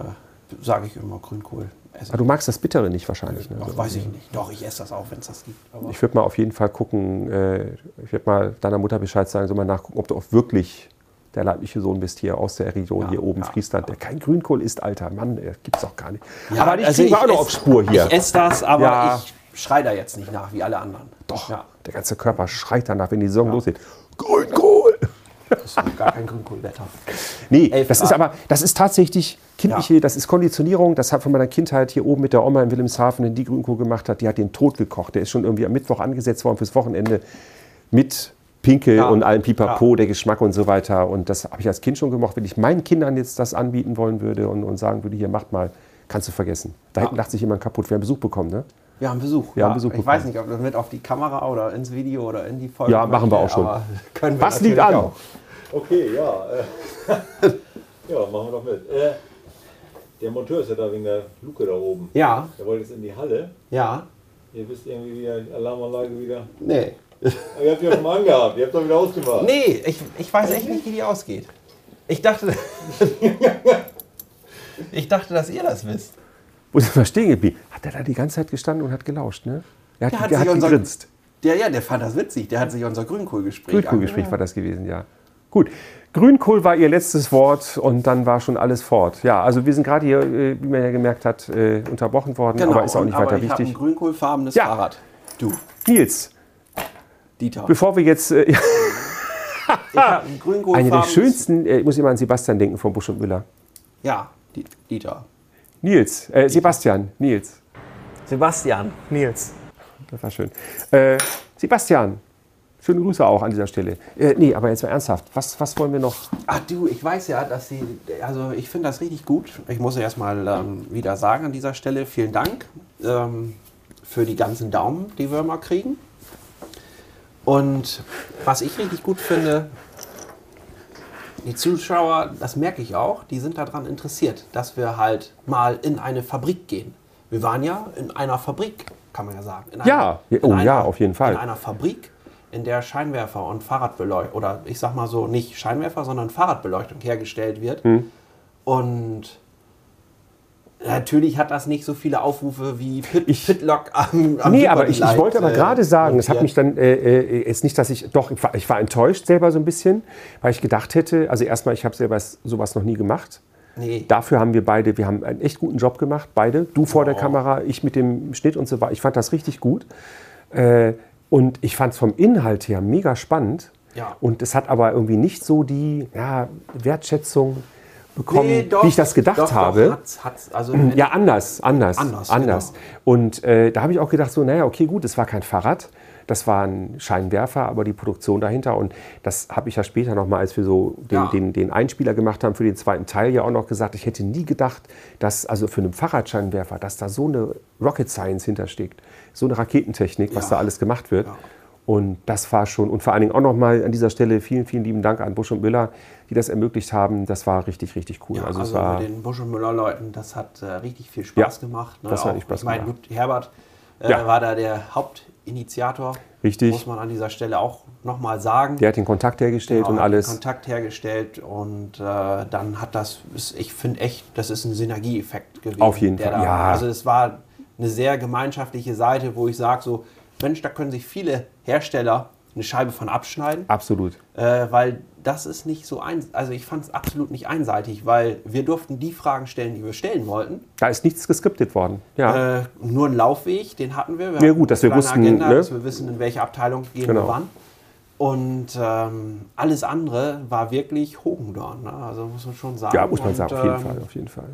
sage ich immer Grünkohl. Essen.
aber Ah, du magst das Bittere nicht wahrscheinlich. Ne?
Doch, weiß ich nicht. Doch, ich esse das auch, wenn es das gibt. Aber
Ich würde mal auf jeden Fall gucken, äh, ich würde mal deiner Mutter Bescheid sagen, soll mal nachgucken, ob du auch wirklich der leibliche Sohn bist hier aus der Region hier oben
ja,
Friesland, der kein Grünkohl ist, alter Mann, ey, gibt's doch gar nicht.
Ja,
aber die
also
kriegen wir
ich
auch noch
ess-
auf Spur hier.
Ich esse das, aber
Ja.
ich schreie da jetzt nicht nach wie alle anderen.
doch,
Ja,
der ganze Körper schreit danach, wenn die Saison losgeht. Grünkohl!
das ist gar kein Grünkohlwetter.
Nee,
Elf
das
Grad.
ist aber, das ist tatsächlich kindliche,
Ja.
das ist Konditionierung. Das hat von meiner Kindheit hier oben mit der Oma in Wilhelmshaven, die Grünkohl gemacht hat, die hat den tot gekocht. Der ist schon irgendwie am Mittwoch angesetzt worden fürs Wochenende mit Pinkel
Ja.
und allem Pipapo, der Geschmack und so weiter. Und das habe ich als Kind schon gemocht. Wenn ich meinen Kindern jetzt das anbieten wollen würde und, und sagen würde, hier macht mal, kannst du vergessen. Da hinten lacht sich jemand kaputt. Wir haben Besuch bekommen, ne?
Wir haben Besuch.
Wir haben Besuch
ich
bekommen.
weiß nicht, ob das mit auf die Kamera oder ins Video oder in die Folge.
Ja, machen wir auch schon.
aber Können wir
Was liegt an?
natürlich auch.
Okay, ja. Äh, ja, machen wir doch mit. Äh, der Monteur ist ja da wegen der Luke da oben.
Ja,
Der wollte jetzt in die Halle.
ja.
Ihr wisst irgendwie, wie die Alarmanlage wieder.
Nee.
Aber ihr habt die ja schon mal angehabt. Ihr habt doch wieder ausgemacht.
Nee, ich, ich weiß echt nicht, wie die ausgeht. Ich dachte. ich dachte, dass ihr das wisst.
Wo sind wir stehen geblieben? Hat er da die ganze Zeit gestanden und hat gelauscht, ne? Er hat,
Der hat
er hat
sich unseren-
gegrinst.
Der, ja, der fand das witzig. Der hat sich unser Grünkohlgespräch
Grünkohlgespräch war das gewesen, ja. Gut. Grünkohl war ihr letztes Wort und dann war schon alles fort. Ja, also wir sind gerade hier, äh, wie man ja gemerkt hat, äh, unterbrochen worden,
Genau,
aber ist auch nicht
aber
weiter
ich habe ein
wichtig.
grünkohlfarbenes
Ja.
Fahrrad. Du,
Nils,
Dieter.
bevor wir jetzt äh,
ich habe ein
Eine
grünkohlfarbenes...
der schönsten, äh, ich muss immer an Sebastian denken von Busch und Müller.
Ja, Di- Dieter.
Nils, äh, Sebastian, Nils.
Sebastian. Nils.
Das war schön. Äh, Sebastian, schöne Grüße auch an dieser Stelle. Äh, nee, aber jetzt mal ernsthaft, was, was wollen wir noch?
Ach du, ich weiß ja, dass sie, also ich finde das richtig gut. Ich muss erstmal ähm, wieder sagen an dieser Stelle, vielen Dank ähm, für die ganzen Daumen, die wir immer kriegen. Und was ich richtig gut finde, die Zuschauer, das merke ich auch, die sind daran interessiert, dass wir halt mal in eine Fabrik gehen. Wir waren ja in einer Fabrik, kann man ja sagen. In
Ja, ja, oh ja, auf jeden Fall.
In einer Fabrik, in der Scheinwerfer und Fahrradbeleuchtung, oder ich sag mal so, nicht Scheinwerfer, sondern Fahrradbeleuchtung hergestellt wird.
Hm.
Und natürlich hat das nicht so viele Aufrufe wie Pit, Pitlock am, am
Nee, aber ich, ich
Superlight,
wollte aber
äh,
gerade sagen, es hat
montiert.
mich dann, äh, äh, jetzt nicht, dass ich, doch, ich war, ich war enttäuscht selber so ein bisschen, weil ich gedacht hätte, also erstmal, ich habe selber sowas noch nie gemacht.
Nee,
Dafür haben wir beide, wir haben einen echt guten Job gemacht, beide. Du vor der Kamera, ich mit dem Schnitt und so weiter. Ich fand das richtig gut. Äh, und ich fand es vom Inhalt her mega spannend.
Ja.
Und es hat aber irgendwie nicht so die ja, Wertschätzung bekommen,
Nee, doch,
wie ich das gedacht
doch, doch,
habe.
hat's- hat's, also
Ja, anders, anders,
Anders, genau.
anders. Und äh, da habe ich auch gedacht, so, naja, okay, gut, es war kein Fahrrad, das war ein Scheinwerfer, aber die Produktion dahinter und das habe ich ja später nochmal, als wir so den,
Ja.
den, den Einspieler gemacht haben für den zweiten Teil, ja auch noch gesagt, ich hätte nie gedacht, dass also für einen Fahrradscheinwerfer, dass da so eine Rocket Science hintersteckt, so eine Raketentechnik, was
Ja.
da alles gemacht wird. Und das war schon, und vor allen Dingen auch nochmal an dieser Stelle vielen, vielen lieben Dank an Busch und Müller, die das ermöglicht haben. Das war richtig, richtig cool.
Ja,
also,
also,
es war,
mit den Busch und Müller Leuten, das hat äh, richtig viel Spaß
Ja,
gemacht. ne?
das hat
Auch,
echt Spaß
ich meine,
gemacht.
gut, Herbert äh,
Ja.
war da der Hauptinitiator.
Richtig.
Muss man an dieser Stelle auch nochmal sagen.
der hat den Kontakt hergestellt
Genau,
und
hat
alles.
Kontakt hergestellt und äh, dann hat das, ist- ich finde echt, das ist ein Synergieeffekt gewesen.
Auf jeden
der
Fall, ja.
Also es war eine sehr gemeinschaftliche Seite, wo ich sage so, Mensch, da können sich viele Hersteller eine Scheibe von abschneiden.
Absolut.
äh, weil das ist nicht so ein, also ich fand es absolut nicht einseitig, weil wir durften die Fragen stellen, die wir stellen wollten.
Da ist nichts geskriptet worden. Ja.
Äh, nur einen Laufweg, den hatten wir. wir
Ah. Ja,
hatten
gut, dass
eine
wir
kleine
wussten,
Agenda,
ne?
dass wir wissen, in welche Abteilung gehen wir
Genau.
wann. Und ähm, alles andere war wirklich Hogendorn. Ne? Also muss man schon sagen.
ja, muss man
Und,
sagen, auf jeden
ähm,
Fall, auf jeden Fall.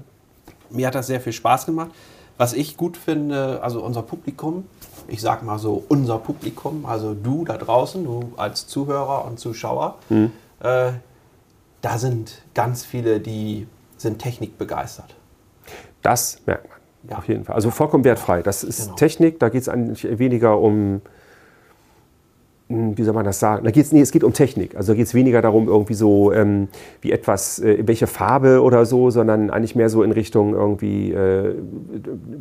Mir hat das sehr viel Spaß gemacht. Was ich gut finde, also unser Publikum, ich sag mal so unser Publikum, also du da draußen, du als Zuhörer und Zuschauer,
Mhm.
äh, da sind ganz viele, die sind technikbegeistert.
Das merkt man.
Ja.
Auf jeden Fall. Also vollkommen wertfrei. Das ist
Genau.
Technik, da geht es eigentlich weniger um, hm, wie soll man das sagen? Da geht's, nee, es geht um Technik. Also da geht es weniger darum, irgendwie so, ähm, wie etwas, äh, welche Farbe oder so, sondern eigentlich mehr so in Richtung irgendwie äh,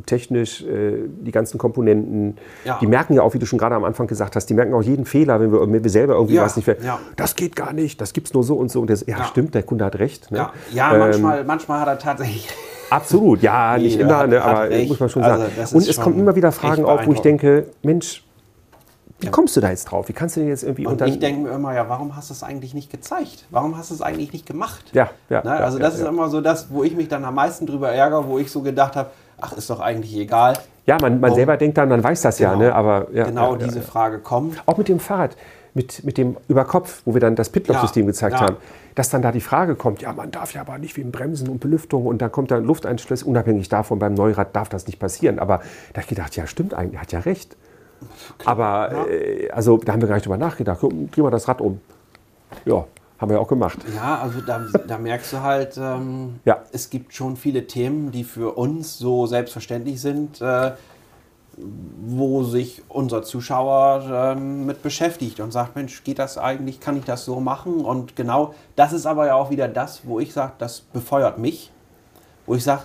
technisch, äh, die ganzen Komponenten.
Ja.
Die merken ja auch, wie du schon gerade am Anfang gesagt hast, die merken auch jeden Fehler, wenn wir, wenn wir selber irgendwie
Ja,
was nicht ver-
ja.
Das geht gar nicht, das gibt es nur so und so. Und der, so, ja,
Ja.
stimmt, der Kunde hat recht. Ne?
Ja, ja
Ähm,
manchmal, manchmal hat er tatsächlich.
Absolut, ja, nicht
Jeder
immer,
hat-
ne,
hat
aber
recht.
muss man schon
Also
sagen.
das ist
und es
schon
kommen immer wieder
echt
Fragen auf, wo ich
beeindruckend.
denke, Mensch, wie kommst du da jetzt drauf? Wie kannst du denn jetzt irgendwie
Und
dann-
ich denke mir immer, ja, warum hast du es eigentlich nicht gezeigt? Warum hast du es eigentlich nicht gemacht?
Ja, ja, ja,
Ne? Also
ja,
das ist
ja.
immer so das, wo ich mich dann am meisten drüber ärgere, wo ich so gedacht habe, ach, ist doch eigentlich egal.
Ja, man, man
Oh.
selber denkt dann, man weiß das ja,
Genau.
ne? Aber ja,
genau
ja, ja,
diese
ja.
Frage kommt.
Auch mit dem Fahrrad, mit, mit dem Überkopf, wo wir dann das Pitlock-System
Ja,
gezeigt
ja.
haben, dass dann da die Frage kommt, ja, man darf ja aber nicht wegen Bremsen und Belüftung und dann kommt da Lufteinschluss, unabhängig davon, beim Neurad darf das nicht passieren. Aber da habe ich gedacht, ja, stimmt eigentlich, hat ja recht. Aber äh, also, da haben wir gar nicht drüber nachgedacht. Guck, Drehen wir das Rad um. Ja, haben wir ja auch gemacht.
Ja, also da, da merkst du halt, ähm,
Ja.
es gibt schon viele Themen, die für uns so selbstverständlich sind, äh, wo sich unser Zuschauer ähm, mit beschäftigt und sagt, Mensch, geht das eigentlich, kann ich das so machen? Und genau das ist aber ja auch wieder das, wo ich sage, das befeuert mich, wo ich sage,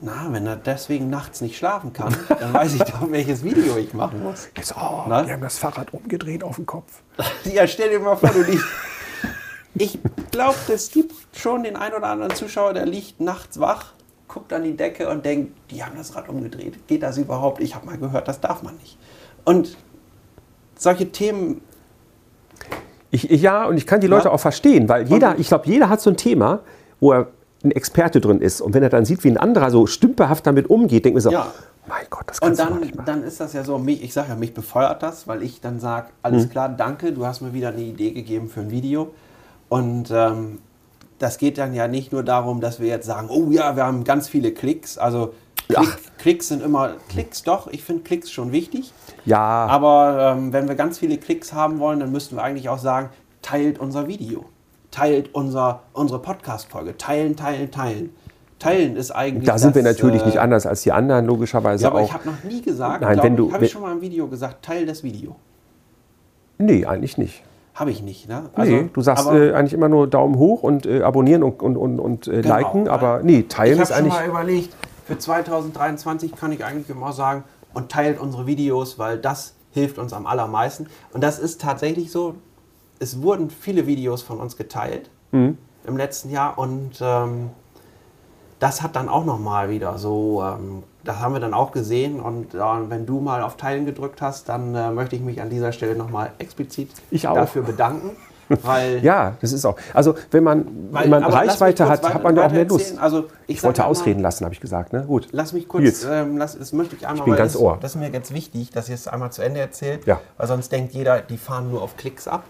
na, wenn er deswegen nachts nicht schlafen kann, dann weiß ich doch, welches Video ich machen muss.
Jetzt, oh,
Na?
wir haben das Fahrrad umgedreht auf den Kopf.
Ja, stell dir mal vor, du liegst. Ich glaube, es gibt schon den einen oder anderen Zuschauer, der liegt nachts wach, guckt an die Decke und denkt, die haben das Rad umgedreht. Geht das überhaupt? Ich habe mal gehört, das darf man nicht. Und solche Themen
Ich, ich, ja, und ich kann die Leute auch verstehen, weil jeder, ich glaube, jeder hat so ein Thema, wo er ein Experte drin ist. Und wenn er dann sieht, wie ein anderer so stümperhaft damit umgeht, denkt man so,
Ja.
mein Gott, das
Und
kannst du doch
dann,
nicht machen.
dann ist das ja so, mich, ich sage ja, mich befeuert das, weil ich dann sage,
Mhm.
alles klar, danke, du hast mir wieder eine Idee gegeben für ein Video. Und ähm, das geht dann ja nicht nur darum, dass wir jetzt sagen, oh ja, wir haben ganz viele Klicks. Also Klick, Klicks sind immer Klicks, doch, ich finde Klicks schon wichtig.
Ja,
Aber ähm, wenn wir ganz viele Klicks haben wollen, dann müssten wir eigentlich auch sagen, teilt unser Video, teilt unser, unsere Podcast-Folge, teilen, teilen, teilen. Teilen ist eigentlich.
da sind wir
das,
natürlich
äh,
nicht anders als die anderen, logischerweise
ja, aber ich
auch.
habe noch nie gesagt,
Nein,
glaub
wenn
ich,
du-
habe ich
wenn-
schon mal im Video gesagt, teil das Video.
Nee, eigentlich nicht.
Habe ich nicht, ne?
nee, du sagst
aber
äh, eigentlich immer nur Daumen hoch und äh, abonnieren und, und, und, und äh,
Genau.
liken, aber nee,
ich
teilen
habe
ist
schon
eigentlich.
mal überlegt, für 2023 kann ich eigentlich immer sagen, und teilt unsere Videos, weil das hilft uns am allermeisten. Und das ist tatsächlich so, es wurden viele Videos von uns geteilt
Mhm.
im letzten Jahr und ähm, das hat dann auch nochmal wieder so, ähm, das haben wir dann auch gesehen und äh, wenn du mal auf Teilen gedrückt hast, dann äh, möchte ich mich an dieser Stelle nochmal explizit
Ich auch.
dafür bedanken, weil
Ja, das ist auch. Also, wenn man,
weil-
wenn man
aber lass mich
Reichweite
kurz
hat,
weiter-
hat man ja auch
weiter
mehr Lust.
erzählen. Also ich,
Ich
sag
wollte
ja mal,
ausreden lassen, habe ich gesagt. Ne? Gut.
Lass mich
Nils.
kurz, ähm, lass, das möchte ich einmal,
bin
weil
ganz
das,
Ohr.
das ist mir ganz wichtig, dass ich es einmal zu Ende erzähle,
Ja.
weil sonst denkt jeder, die fahren nur auf Klicks ab.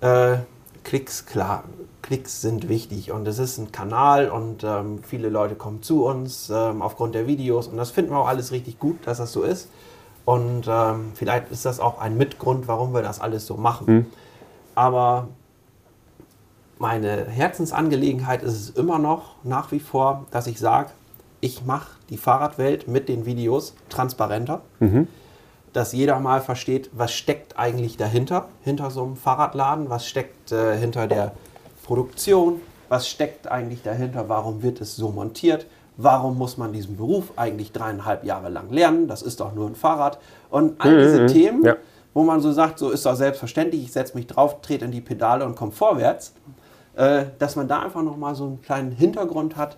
Äh, Klicks, klar, Klicks sind wichtig und es ist ein Kanal und ähm, viele Leute kommen zu uns ähm, aufgrund der Videos und das finden wir auch alles richtig gut, dass das so ist. Und ähm, vielleicht ist das auch ein Mitgrund, warum wir das alles so machen.
Mhm.
Aber meine Herzensangelegenheit ist es immer noch nach wie vor, dass ich sage, ich mache die Fahrradwelt mit den Videos transparenter, dass jeder mal versteht, was steckt eigentlich dahinter, hinter so einem Fahrradladen, was steckt äh, hinter der Produktion, was steckt eigentlich dahinter, warum wird es so montiert, warum muss man diesen Beruf eigentlich dreieinhalb Jahre lang lernen, das ist doch nur ein Fahrrad und all diese Themen,
Ja.
wo man so sagt, so ist doch selbstverständlich, ich setze mich drauf, trete in die Pedale und komme vorwärts äh, dass man da einfach nochmal so einen kleinen Hintergrund hat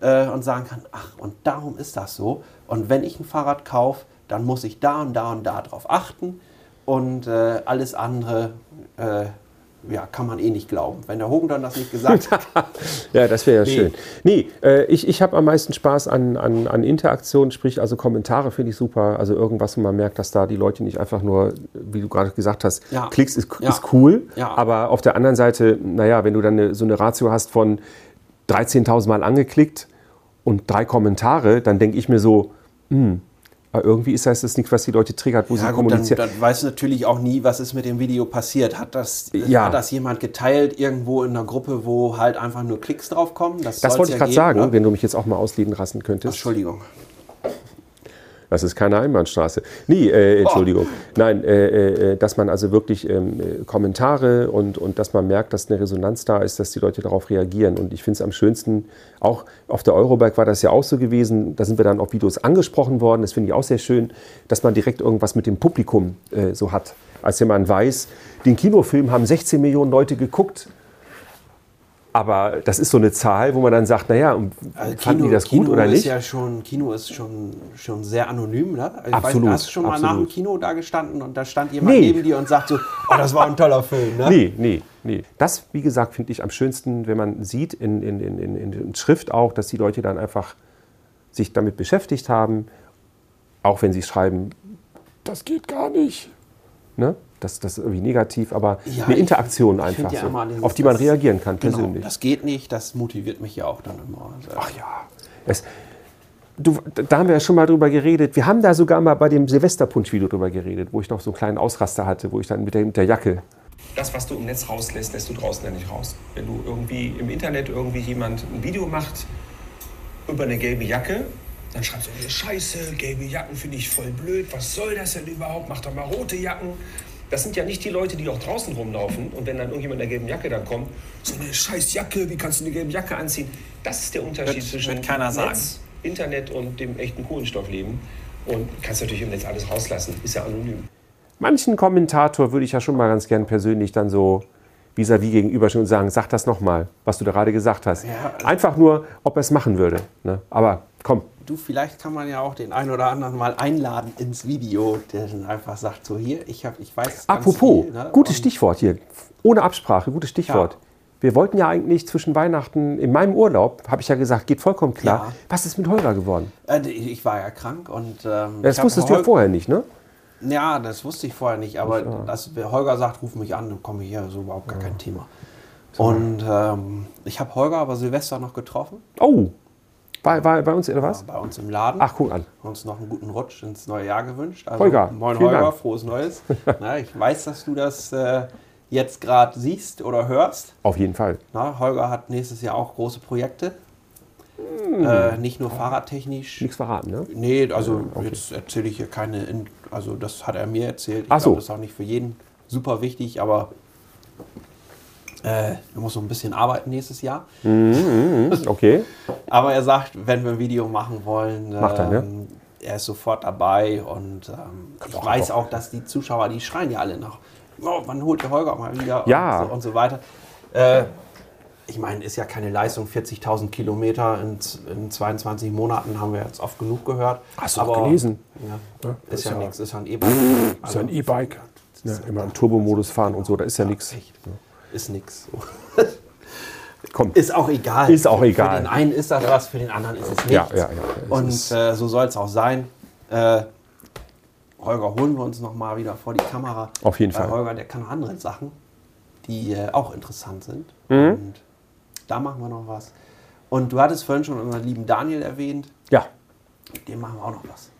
äh, und sagen kann, ach, und darum ist das so. Und wenn ich ein Fahrrad kaufe, dann muss ich da und da und da drauf achten. Und äh, alles andere äh, ja, kann man eh nicht glauben. Wenn der Hogan dann das nicht gesagt hat,
Ja, das wäre ja schön. Nee, äh, ich, ich habe am meisten Spaß an, an, an Interaktionen, sprich, also Kommentare finde ich super. Also irgendwas, wo man merkt, dass da die Leute nicht einfach nur, wie du gerade gesagt hast,
Ja.
Klicks ist,
Ja.
ist cool.
Ja.
Aber auf der anderen Seite, naja, wenn du dann eine, so eine Ratio hast von 13.000 Mal angeklickt und drei Kommentare, dann denke ich mir so, hm, aber irgendwie ist das jetzt nichts, was die Leute triggert, wo sie
dann,
kommunizieren.
dann weiß natürlich auch nie, was ist mit dem Video passiert. Hat das,
Ja.
hat das jemand geteilt irgendwo in einer Gruppe, wo halt einfach nur Klicks drauf kommen?
das
soll's
wollte ich
ja
gerade
geben,
sagen, Genau.
ne?
wenn du mich jetzt auch mal ausleben lassen könntest.
Entschuldigung.
Das ist keine Einbahnstraße. Nee, äh, Entschuldigung.
Oh.
Nein, äh, äh, dass man also wirklich ähm, äh, Kommentare und, und dass man merkt, dass eine Resonanz da ist, dass die Leute darauf reagieren. Und ich finde es am schönsten, auch auf der Eurobike war das ja auch so gewesen, da sind wir dann auf Videos angesprochen worden, das finde ich auch sehr schön, dass man direkt irgendwas mit dem Publikum äh, so hat. Als jemand weiß, den Kinofilm haben 16 Millionen Leute geguckt. Aber das ist so eine Zahl, wo man dann sagt, naja,
Also
fanden die das gut
Kino
oder
ist
nicht?
Ja schon, Kino ist schon, schon sehr anonym. Ne? Ich
Absolut,
Weiß, hast du schon mal nach dem
absolut.
Kino da gestanden und da stand jemand
Nee.
neben dir und sagt so, oh, das war ein toller Film. Ne?
Nee, nee, nee. Das, wie gesagt, finde ich am schönsten, wenn man sieht in, in, in, in, in Schrift auch, dass die Leute dann einfach sich damit beschäftigt haben, auch wenn sie schreiben, das geht gar nicht. Ne? Das, das ist irgendwie negativ, aber
Ja,
eine
ich-
Interaktion
ich find
einfach,
ja
so,
immer dieses-
auf die man
das-
reagieren kann,
Genau,
persönlich.
das geht nicht, das motiviert mich ja auch dann immer. Also,
Ach ja. Es, du, da haben wir ja schon mal drüber geredet. Wir haben da sogar mal bei dem Silvesterpunsch-Video drüber geredet, wo ich noch so einen kleinen Ausraster hatte, wo ich dann mit der, mit der Jacke
das, was du im Netz rauslässt, lässt du draußen ja nicht raus. Wenn du irgendwie im Internet irgendwie jemand ein Video macht über eine gelbe Jacke, dann schreibst du, "Ey, scheiße, gelbe Jacken finde ich voll blöd, was soll das denn überhaupt, mach doch mal rote Jacken. Das sind ja nicht die Leute, die auch draußen rumlaufen und wenn dann irgendjemand in der gelben Jacke dann kommt, so eine scheiß Jacke, wie kannst du eine gelbe Jacke anziehen? Das ist der Unterschied zwischen
wird keiner
Netz,
sagen.
Internet und dem echten Kohlenstoffleben. Und kannst natürlich im Netz alles rauslassen, ist ja anonym.
manchen Kommentator würde ich ja schon mal ganz gern persönlich dann so vis-à-vis gegenüber stehen und sagen, sag
also
das nochmal, was du da gerade gesagt hast. Einfach nur, ob er es machen würde. Ne? Aber komm,
Du, vielleicht kann man ja auch den einen oder anderen mal einladen ins Video, der dann einfach sagt, so hier, ich, hab, ich weiß. ganz
Apropos,
viel, ne?
gutes
Und-
Stichwort hier. Ohne Absprache, gutes Stichwort.
Ja.
Wir wollten ja eigentlich zwischen Weihnachten, in meinem Urlaub, habe ich ja gesagt, geht vollkommen klar.
Ja.
Was ist mit Holger geworden?
Äh, ich war ja krank und. Ähm, ich
Das
hab
wusstest du ja
Hol-
vorher nicht, ne?
Ja, das wusste ich vorher nicht, aber dass wer Holger sagt, ruf mich an, dann komme ich hier, so überhaupt gar kein Thema. Und ähm, ich habe Holger aber Silvester noch getroffen,
Oh, war, war bei uns oder was?
bei uns im Laden.
Ach, guck an.
Haben uns noch einen guten Rutsch ins neue Jahr gewünscht. Also,
Holger,
moin
vielen
Holger,
Dank.
frohes Neues. Na, ich weiß, dass du das äh, jetzt gerade siehst oder hörst.
Auf jeden Fall.
Na, Holger hat nächstes Jahr auch große Projekte.
Hm.
Äh, nicht nur fahrradtechnisch.
Nichts verraten, ne?
Nee, also jetzt erzähle ich hier keine, In also das hat er mir erzählt. Ich
Ach so.
glaub, Das ist auch nicht für jeden super wichtig, aber äh, er muss so ein bisschen arbeiten nächstes Jahr.
Okay.
Aber er sagt, wenn wir ein Video machen wollen,
Macht er, ne?
ähm, er ist sofort dabei und ähm, ich weiß auch, dass die Zuschauer, die schreien ja alle nach, oh, wann holt der Holger mal wieder
Ja.
und, so, und so weiter. Äh, ich meine, ist ja keine Leistung, 40.000 Kilometer in, z- in 22 Monaten haben wir jetzt oft genug gehört.
Hast du auch gelesen?
Ja, ist ja, nichts, ist ja ein Also E-Bike.
Ist ja ein E-Bike. Ne, immer im Turbomodus fahren und so, da ist ja nichts.
Echt, ist nix.
Komm.
Ist auch egal.
Ist auch
Für
egal.
den einen ist das was, für den anderen ist es nichts.
Ja, ja, ja. Es
Und
ist-
äh, so soll es auch sein. Äh, Holger holen wir uns noch mal wieder vor die Kamera.
Auf jeden
Weil
Fall.
Holger, der kann noch andere Sachen, die äh, auch interessant sind.
Mhm.
Und da machen wir noch was. Und du hattest vorhin schon unseren lieben Daniel erwähnt.
Ja.
Mit dem machen wir auch noch was.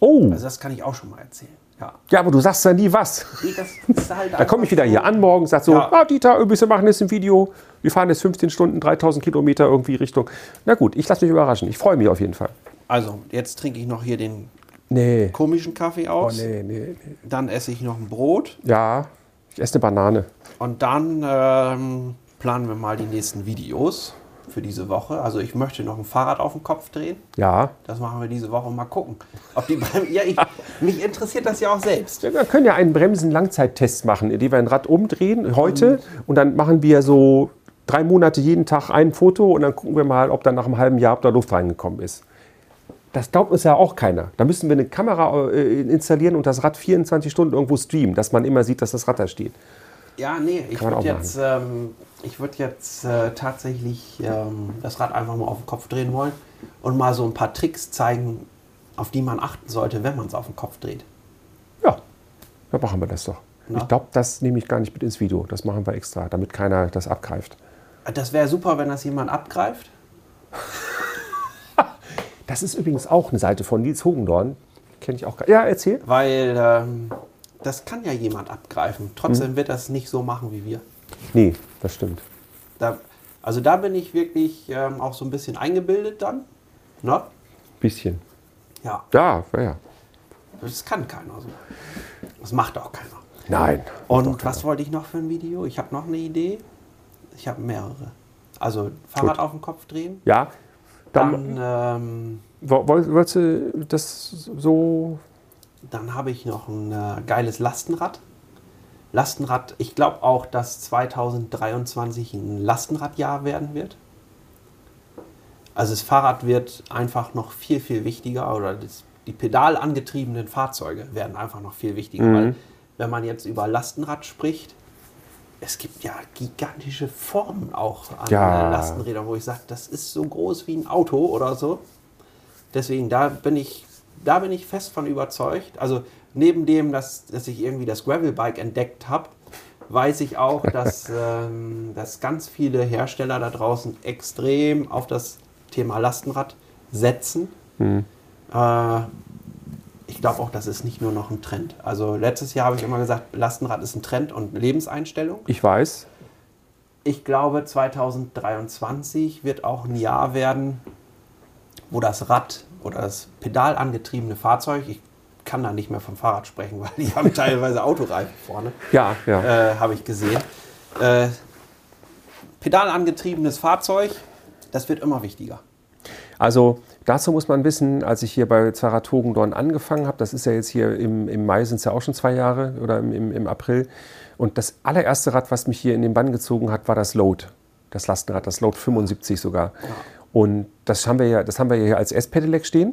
Oh,
Also das kann ich auch schon mal erzählen. Ja.
ja, aber du sagst ja nie was.
Nee, Das ist halt
Da komme ich wieder hier an morgen, sag so,
Ja.
ah, Dieter, übrigens, wir machen jetzt ein Video. Wir fahren jetzt 15 Stunden, 3000 Kilometer irgendwie Richtung. Na gut, ich lasse mich überraschen. Ich freue mich auf jeden Fall.
Also, jetzt trinke ich noch hier den
Nee.
komischen Kaffee
Oh,
aus.
nee, nee, nee.
Dann esse ich noch ein Brot.
Ja, ich esse eine Banane.
Und dann ähm, planen wir mal die nächsten Videos für diese Woche. Also ich möchte noch ein Fahrrad auf den Kopf drehen.
Ja.
Das machen wir diese Woche mal gucken. Ob die Brem ja, ich, mich interessiert das ja auch selbst.
Wir können ja einen Bremsen-Langzeittest machen, indem wir ein Rad umdrehen heute und dann machen wir so drei Monate jeden Tag ein Foto und dann gucken wir mal, ob dann nach einem halben Jahr ob da Luft reingekommen ist. Das glaubt uns ja auch keiner. Da müssen wir eine Kamera äh, installieren und das Rad 24 Stunden irgendwo streamen, dass man immer sieht, dass das Rad da steht.
Ja, nee, ich
Kann man
würde
auch
jetzt, ähm, ich würd jetzt äh, tatsächlich ähm, das Rad einfach mal auf den Kopf drehen wollen und mal so ein paar Tricks zeigen, auf die man achten sollte, wenn man es auf den Kopf dreht.
Ja, dann machen wir das doch.
Na?
Ich glaube, das nehme ich gar nicht mit ins Video. Das machen wir extra, damit keiner das abgreift.
Das wäre super, wenn das jemand abgreift.
Das ist übrigens auch eine Seite von Nils Hogendorn. Kenne ich auch gar Ja, erzähl.
Weil ähm, das kann ja jemand abgreifen. Trotzdem
Hm.
wird das nicht so machen wie wir.
Nee, das stimmt.
Da, also da bin ich wirklich ähm, auch so ein bisschen eingebildet dann. Ne?
Bisschen.
Ja,
Ja, ja, ja.
das kann keiner so. Das macht auch keiner.
Nein.
Und was wollte ich noch für ein Video? Ich habe noch eine Idee. Ich habe mehrere. Also Fahrrad auf den Kopf drehen.
Ja, dann,
Dann, ähm,
wo- woll- wolltest du das so.
dann habe ich noch ein äh, geiles Lastenrad. Lastenrad, ich glaube auch, dass 2023 ein Lastenradjahr werden wird. Also das Fahrrad wird einfach noch viel, viel wichtiger oder das, die pedalangetriebenen Fahrzeuge werden einfach noch viel wichtiger, weil wenn man jetzt über Lastenrad spricht, es gibt ja gigantische Formen auch an
Ja.
äh, Lastenrädern, wo ich sage, das ist so groß wie ein Auto oder so. Deswegen, da bin ich, da bin ich fest von überzeugt. Also neben dem, dass, dass ich irgendwie das Gravelbike entdeckt habe, weiß ich auch, dass, ähm, dass ganz viele Hersteller da draußen extrem auf das Thema Lastenrad setzen. Äh, ich glaube auch, das ist nicht nur noch ein Trend. Also letztes Jahr habe ich immer gesagt, Lastenrad ist ein Trend und Lebenseinstellung.
Ich weiß.
Ich glaube, 2023 wird auch ein Jahr werden, wo das Rad oder das pedalangetriebene Fahrzeug, ich kann da nicht mehr vom Fahrrad sprechen, weil die haben teilweise Autoreifen vorne,
Ja, ja.
äh, habe ich gesehen. Äh, pedalangetriebenes Fahrzeug, das wird immer wichtiger.
Also dazu muss man wissen, als ich hier bei Zarat Hogendorn angefangen habe, das ist ja jetzt hier im, im Mai, sind es ja auch schon zwei Jahre oder im, im, im April. Und das allererste Rad, was mich hier in den Bann gezogen hat, war das Load. Das Lastenrad, das Load 75 sogar. Und das haben wir ja, das haben wir ja hier als S-Pedelec stehen.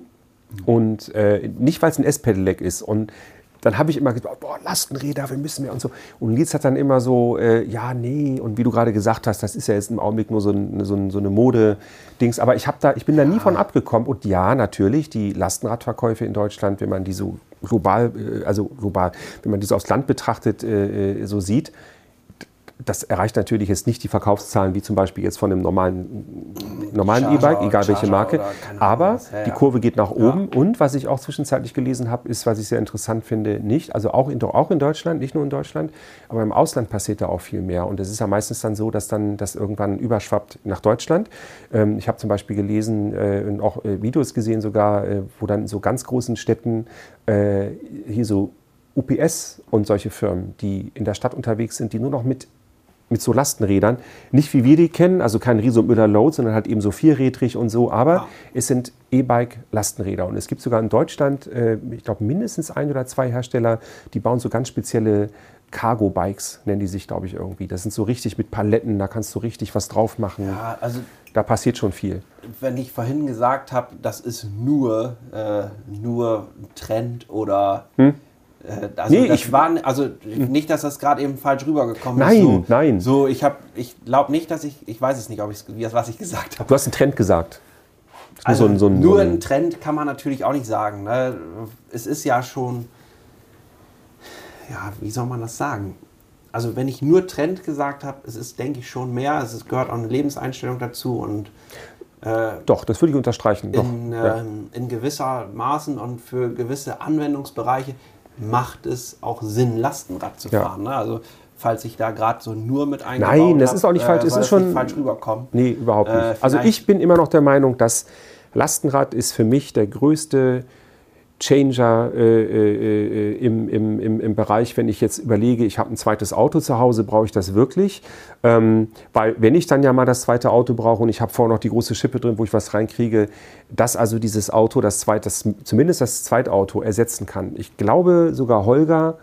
Und äh, nicht, weil es ein S-Pedelec ist. Und dann habe ich immer gesagt, boah, Lastenräder, wir müssen mehr und so. Und Nils hat dann immer so, äh, ja, nee. Und wie du gerade gesagt hast, das ist ja jetzt im Augenblick nur so, ein, so, ein, so eine Mode-Dings. Aber ich, hab da, ich bin da nie von abgekommen. Und ja, natürlich, die Lastenradverkäufe in Deutschland, wenn man die so global, äh, also global, wenn man die so aufs Land betrachtet, äh, so sieht, das erreicht natürlich jetzt nicht die Verkaufszahlen wie zum Beispiel jetzt von einem normalen normalen
Charger
E-Bike, egal
oder
welche
Charger
Marke.
oder keine Ahnung
Aber
was, ja, ja.
die Kurve geht nach oben. Und was ich auch zwischenzeitlich gelesen habe, ist, was ich sehr interessant finde, nicht, also auch in, doch auch in Deutschland, nicht nur in Deutschland, aber im Ausland passiert da auch viel mehr. Und es ist ja meistens dann so, dass dann das irgendwann überschwappt nach Deutschland. Ähm, ich habe zum Beispiel gelesen äh, und auch äh, Videos gesehen sogar, äh, wo dann in so ganz großen Städten äh, hier so UPS und solche Firmen, die in der Stadt unterwegs sind, die nur noch mit mit so Lastenrädern. Nicht wie wir die kennen, also kein Riese und Müller Load, sondern halt eben so vierrädrig und so, aber es sind E-Bike-Lastenräder. Und es gibt sogar in Deutschland, äh, ich glaube, mindestens ein oder zwei Hersteller, die bauen so ganz spezielle Cargo-Bikes, nennen die sich, glaube ich, irgendwie. Das sind so richtig mit Paletten, da kannst du richtig was drauf machen.
Ja, also
Da passiert schon viel.
wenn ich vorhin gesagt habe, das ist nur, äh, nur ein Trend oder. Äh,
Hm?
also,
Nee,
das
ich-
war, also nicht, dass das gerade eben falsch rübergekommen
Nein,
ist. so,
nein.
So, ich habe, ich glaube nicht, dass ich, ich weiß es nicht, ob ich was ich gesagt habe.
Du hast einen Trend gesagt. Das
Also
muss so ein- so ein-
nur
so ein-
ein Trend kann man natürlich auch nicht sagen. Ne? Es ist ja schon, ja, wie soll man das sagen? Also wenn ich nur Trend gesagt habe, es ist, denke ich, schon mehr. Es ist, gehört auch eine Lebenseinstellung dazu und
Doch, das würde ich unterstreichen. Doch.
in,
ja.
ähm, in gewisser Maßen und für gewisse Anwendungsbereiche macht es auch Sinn, Lastenrad zu
Ja.
fahren. Ne? Also falls ich da gerade so nur mit eingebaut
Nein, das
hab,
ist auch nicht
äh,
falsch. Es
soll
ist
das
schon-
nicht falsch rüberkommen.
Nee, überhaupt
Äh,
nicht. also
vielleicht-
ich bin immer noch der Meinung, dass Lastenrad ist für mich der größte Changer äh, äh, äh, im, im, im, im Bereich, wenn ich jetzt überlege, ich habe ein zweites Auto zu Hause, brauche ich das wirklich? Ähm, weil wenn ich dann ja mal das zweite Auto brauche und ich habe vorher noch die große Schippe drin, wo ich was reinkriege, dass also dieses Auto, das zweite, das, zumindest das Zweitauto ersetzen kann. Ich glaube sogar Holger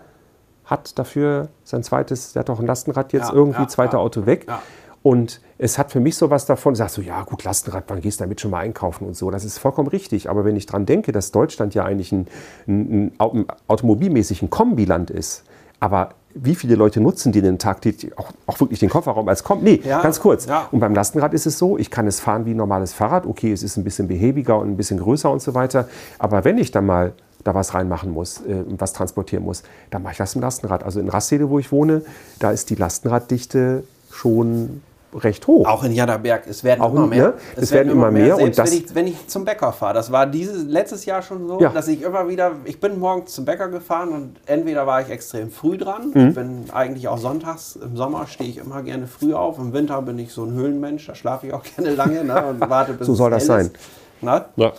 hat dafür sein zweites, der hat doch ein Lastenrad jetzt
Ja,
irgendwie,
ja,
zweite
ja.
Auto weg.
Ja.
Und es hat für mich sowas davon, sagst du, ja gut, Lastenrad, wann gehst du damit schon mal einkaufen und so. Das ist vollkommen richtig. Aber wenn ich dran denke, dass Deutschland ja eigentlich ein, ein, ein Au- automobilmäßig ein Kombiland ist, aber wie viele Leute nutzen die denn tagtäglich auch, auch wirklich den Kofferraum als Kombi? Nee,
Ja,
ganz kurz.
ja.
Und beim Lastenrad ist es so, ich kann es fahren wie ein normales Fahrrad. Okay, es ist ein bisschen behäbiger und ein bisschen größer und so weiter. Aber wenn ich dann mal da was reinmachen muss, äh, was transportieren muss, dann mache ich das im Lastenrad. Also in Rastede, wo ich wohne, da ist die Lastenraddichte schon recht hoch.
Auch in Jadaberg, es werden
Auch
immer
in-
mehr.
ne? Es werden immer mehr und
Selbst
das-
wenn, ich, wenn ich zum Bäcker fahre, das war dieses letztes Jahr schon so,
Ja.
dass ich immer wieder, ich bin morgens zum Bäcker gefahren und entweder war ich extrem früh dran,
Mhm.
ich bin eigentlich auch sonntags, im Sommer stehe ich immer gerne früh auf, im Winter bin ich so ein Höhlenmensch, da schlafe ich auch gerne lange ne, und warte bis
So
es
soll das
hell
sein.
Ist. Na?
Ja.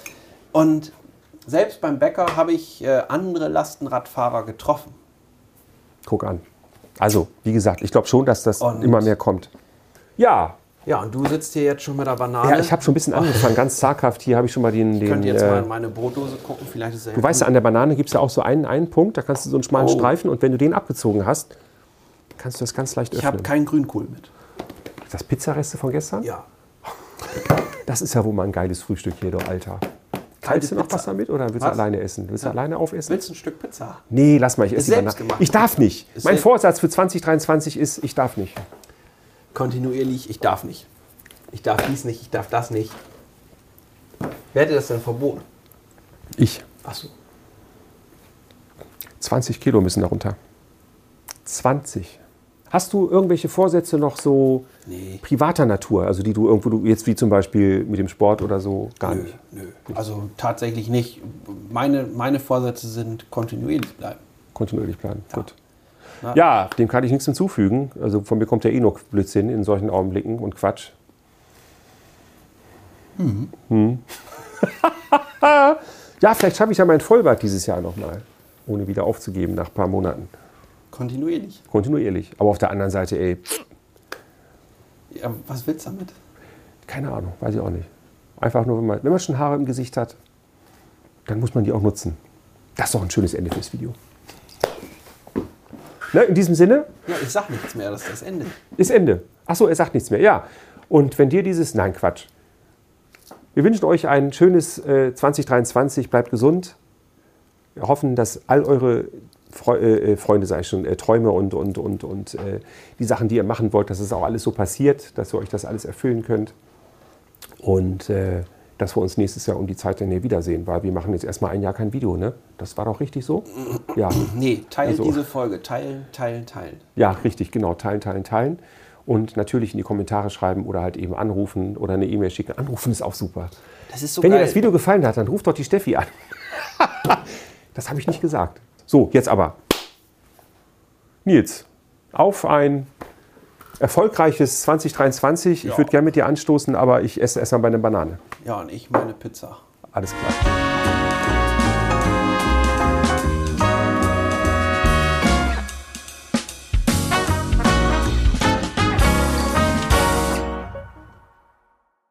Und selbst beim Bäcker habe ich äh, andere Lastenradfahrer getroffen.
Guck an. Also, wie gesagt, ich glaube schon, dass das
Und-
immer mehr kommt. Ja,
Ja, und du sitzt hier jetzt schon mit der Banane.
ja ich habe schon ein bisschen angefangen, ganz zaghaft. Hier habe ich schon mal den... den
Könnt ihr jetzt mal
äh,
in meine Brotdose gucken, vielleicht ist er
Du weißt ja, an der Banane gibt es ja auch so einen, einen Punkt, da kannst du so einen
Oh.
schmalen Streifen und wenn du den abgezogen hast, kannst du das ganz leicht
Ich habe
öffnen.
keinen Grünkohl mit.
das Pizzareste von gestern?
Ja.
Das ist ja wohl mal ein geiles Frühstück hier, du Alter.
Kalte
Teilst du noch was damit oder willst du
Was?
alleine essen? Willst du alleine aufessen?
Willst du ein Stück Pizza?
Nee, lass mal, ich esse lieber
selbst
nach.
gemacht.
Ich darf nicht.
Ist
mein
selbst-
Vorsatz für 2023 ist, ich darf nicht.
Kontinuierlich, ich darf nicht. Ich darf dies nicht, ich darf das nicht. Wer hätte das denn verboten?
Ich.
Achso.
20 Kilo müssen da runter. 20. Hast du irgendwelche Vorsätze noch so
Nee.
privater Natur, also die du irgendwo, du jetzt wie zum Beispiel mit dem Sport oder so, gar
Nö,
nicht?
nö. Also tatsächlich nicht. Meine, meine Vorsätze sind kontinuierlich bleiben.
kontinuierlich bleiben. Gut. Ja, dem kann ich nichts hinzufügen. Also von mir kommt ja eh nur Blödsinn in solchen Augenblicken und Quatsch.
Mhm.
Hm. ja, vielleicht schaffe ich ja meinen Vollbart dieses Jahr nochmal. Ohne wieder aufzugeben nach ein paar Monaten.
Kontinuierlich.
Kontinuierlich. Aber auf der anderen Seite, ey,
Ja, was willst du damit?
keine Ahnung, weiß ich auch nicht. Einfach nur, wenn man, wenn man schon Haare im Gesicht hat, dann muss man die auch nutzen. Das ist doch ein schönes Ende fürs Video. Ne, in diesem Sinne,
Ja, ich sag nichts mehr, das ist das Ende.
Ist Ende. Achso, er sagt nichts mehr. Ja. Und wenn dir dieses. Nein, Quatsch. Wir wünschen euch ein schönes äh, 2023. Bleibt gesund. Wir hoffen, dass all eure Freu äh, äh, Freunde, sage ich schon, äh, Träume und, und, und, und äh, die Sachen, die ihr machen wollt, dass es auch alles so passiert, dass ihr euch das alles erfüllen könnt. Und äh, dass wir uns nächstes Jahr um die Zeit dann hier wiedersehen, weil wir machen jetzt erstmal ein Jahr kein Video, ne? Das war doch richtig so? Ja.
Nee, teilt
Also-
diese Folge. Teilen, teilen, teilen.
Ja, richtig, genau. Teilen, teilen, teilen. Und natürlich in die Kommentare schreiben oder halt eben anrufen oder eine E-Mail schicken. Anrufen ist auch super.
Das ist so
Wenn
geil.
dir das Video gefallen hat, dann ruft doch die Steffi an. das habe ich nicht gesagt. So, jetzt aber. Nils, auf ein erfolgreiches 2023. Ich würde gerne mit dir anstoßen, aber ich esse erstmal meine Banane.
ja, und ich meine Pizza.
Alles klar.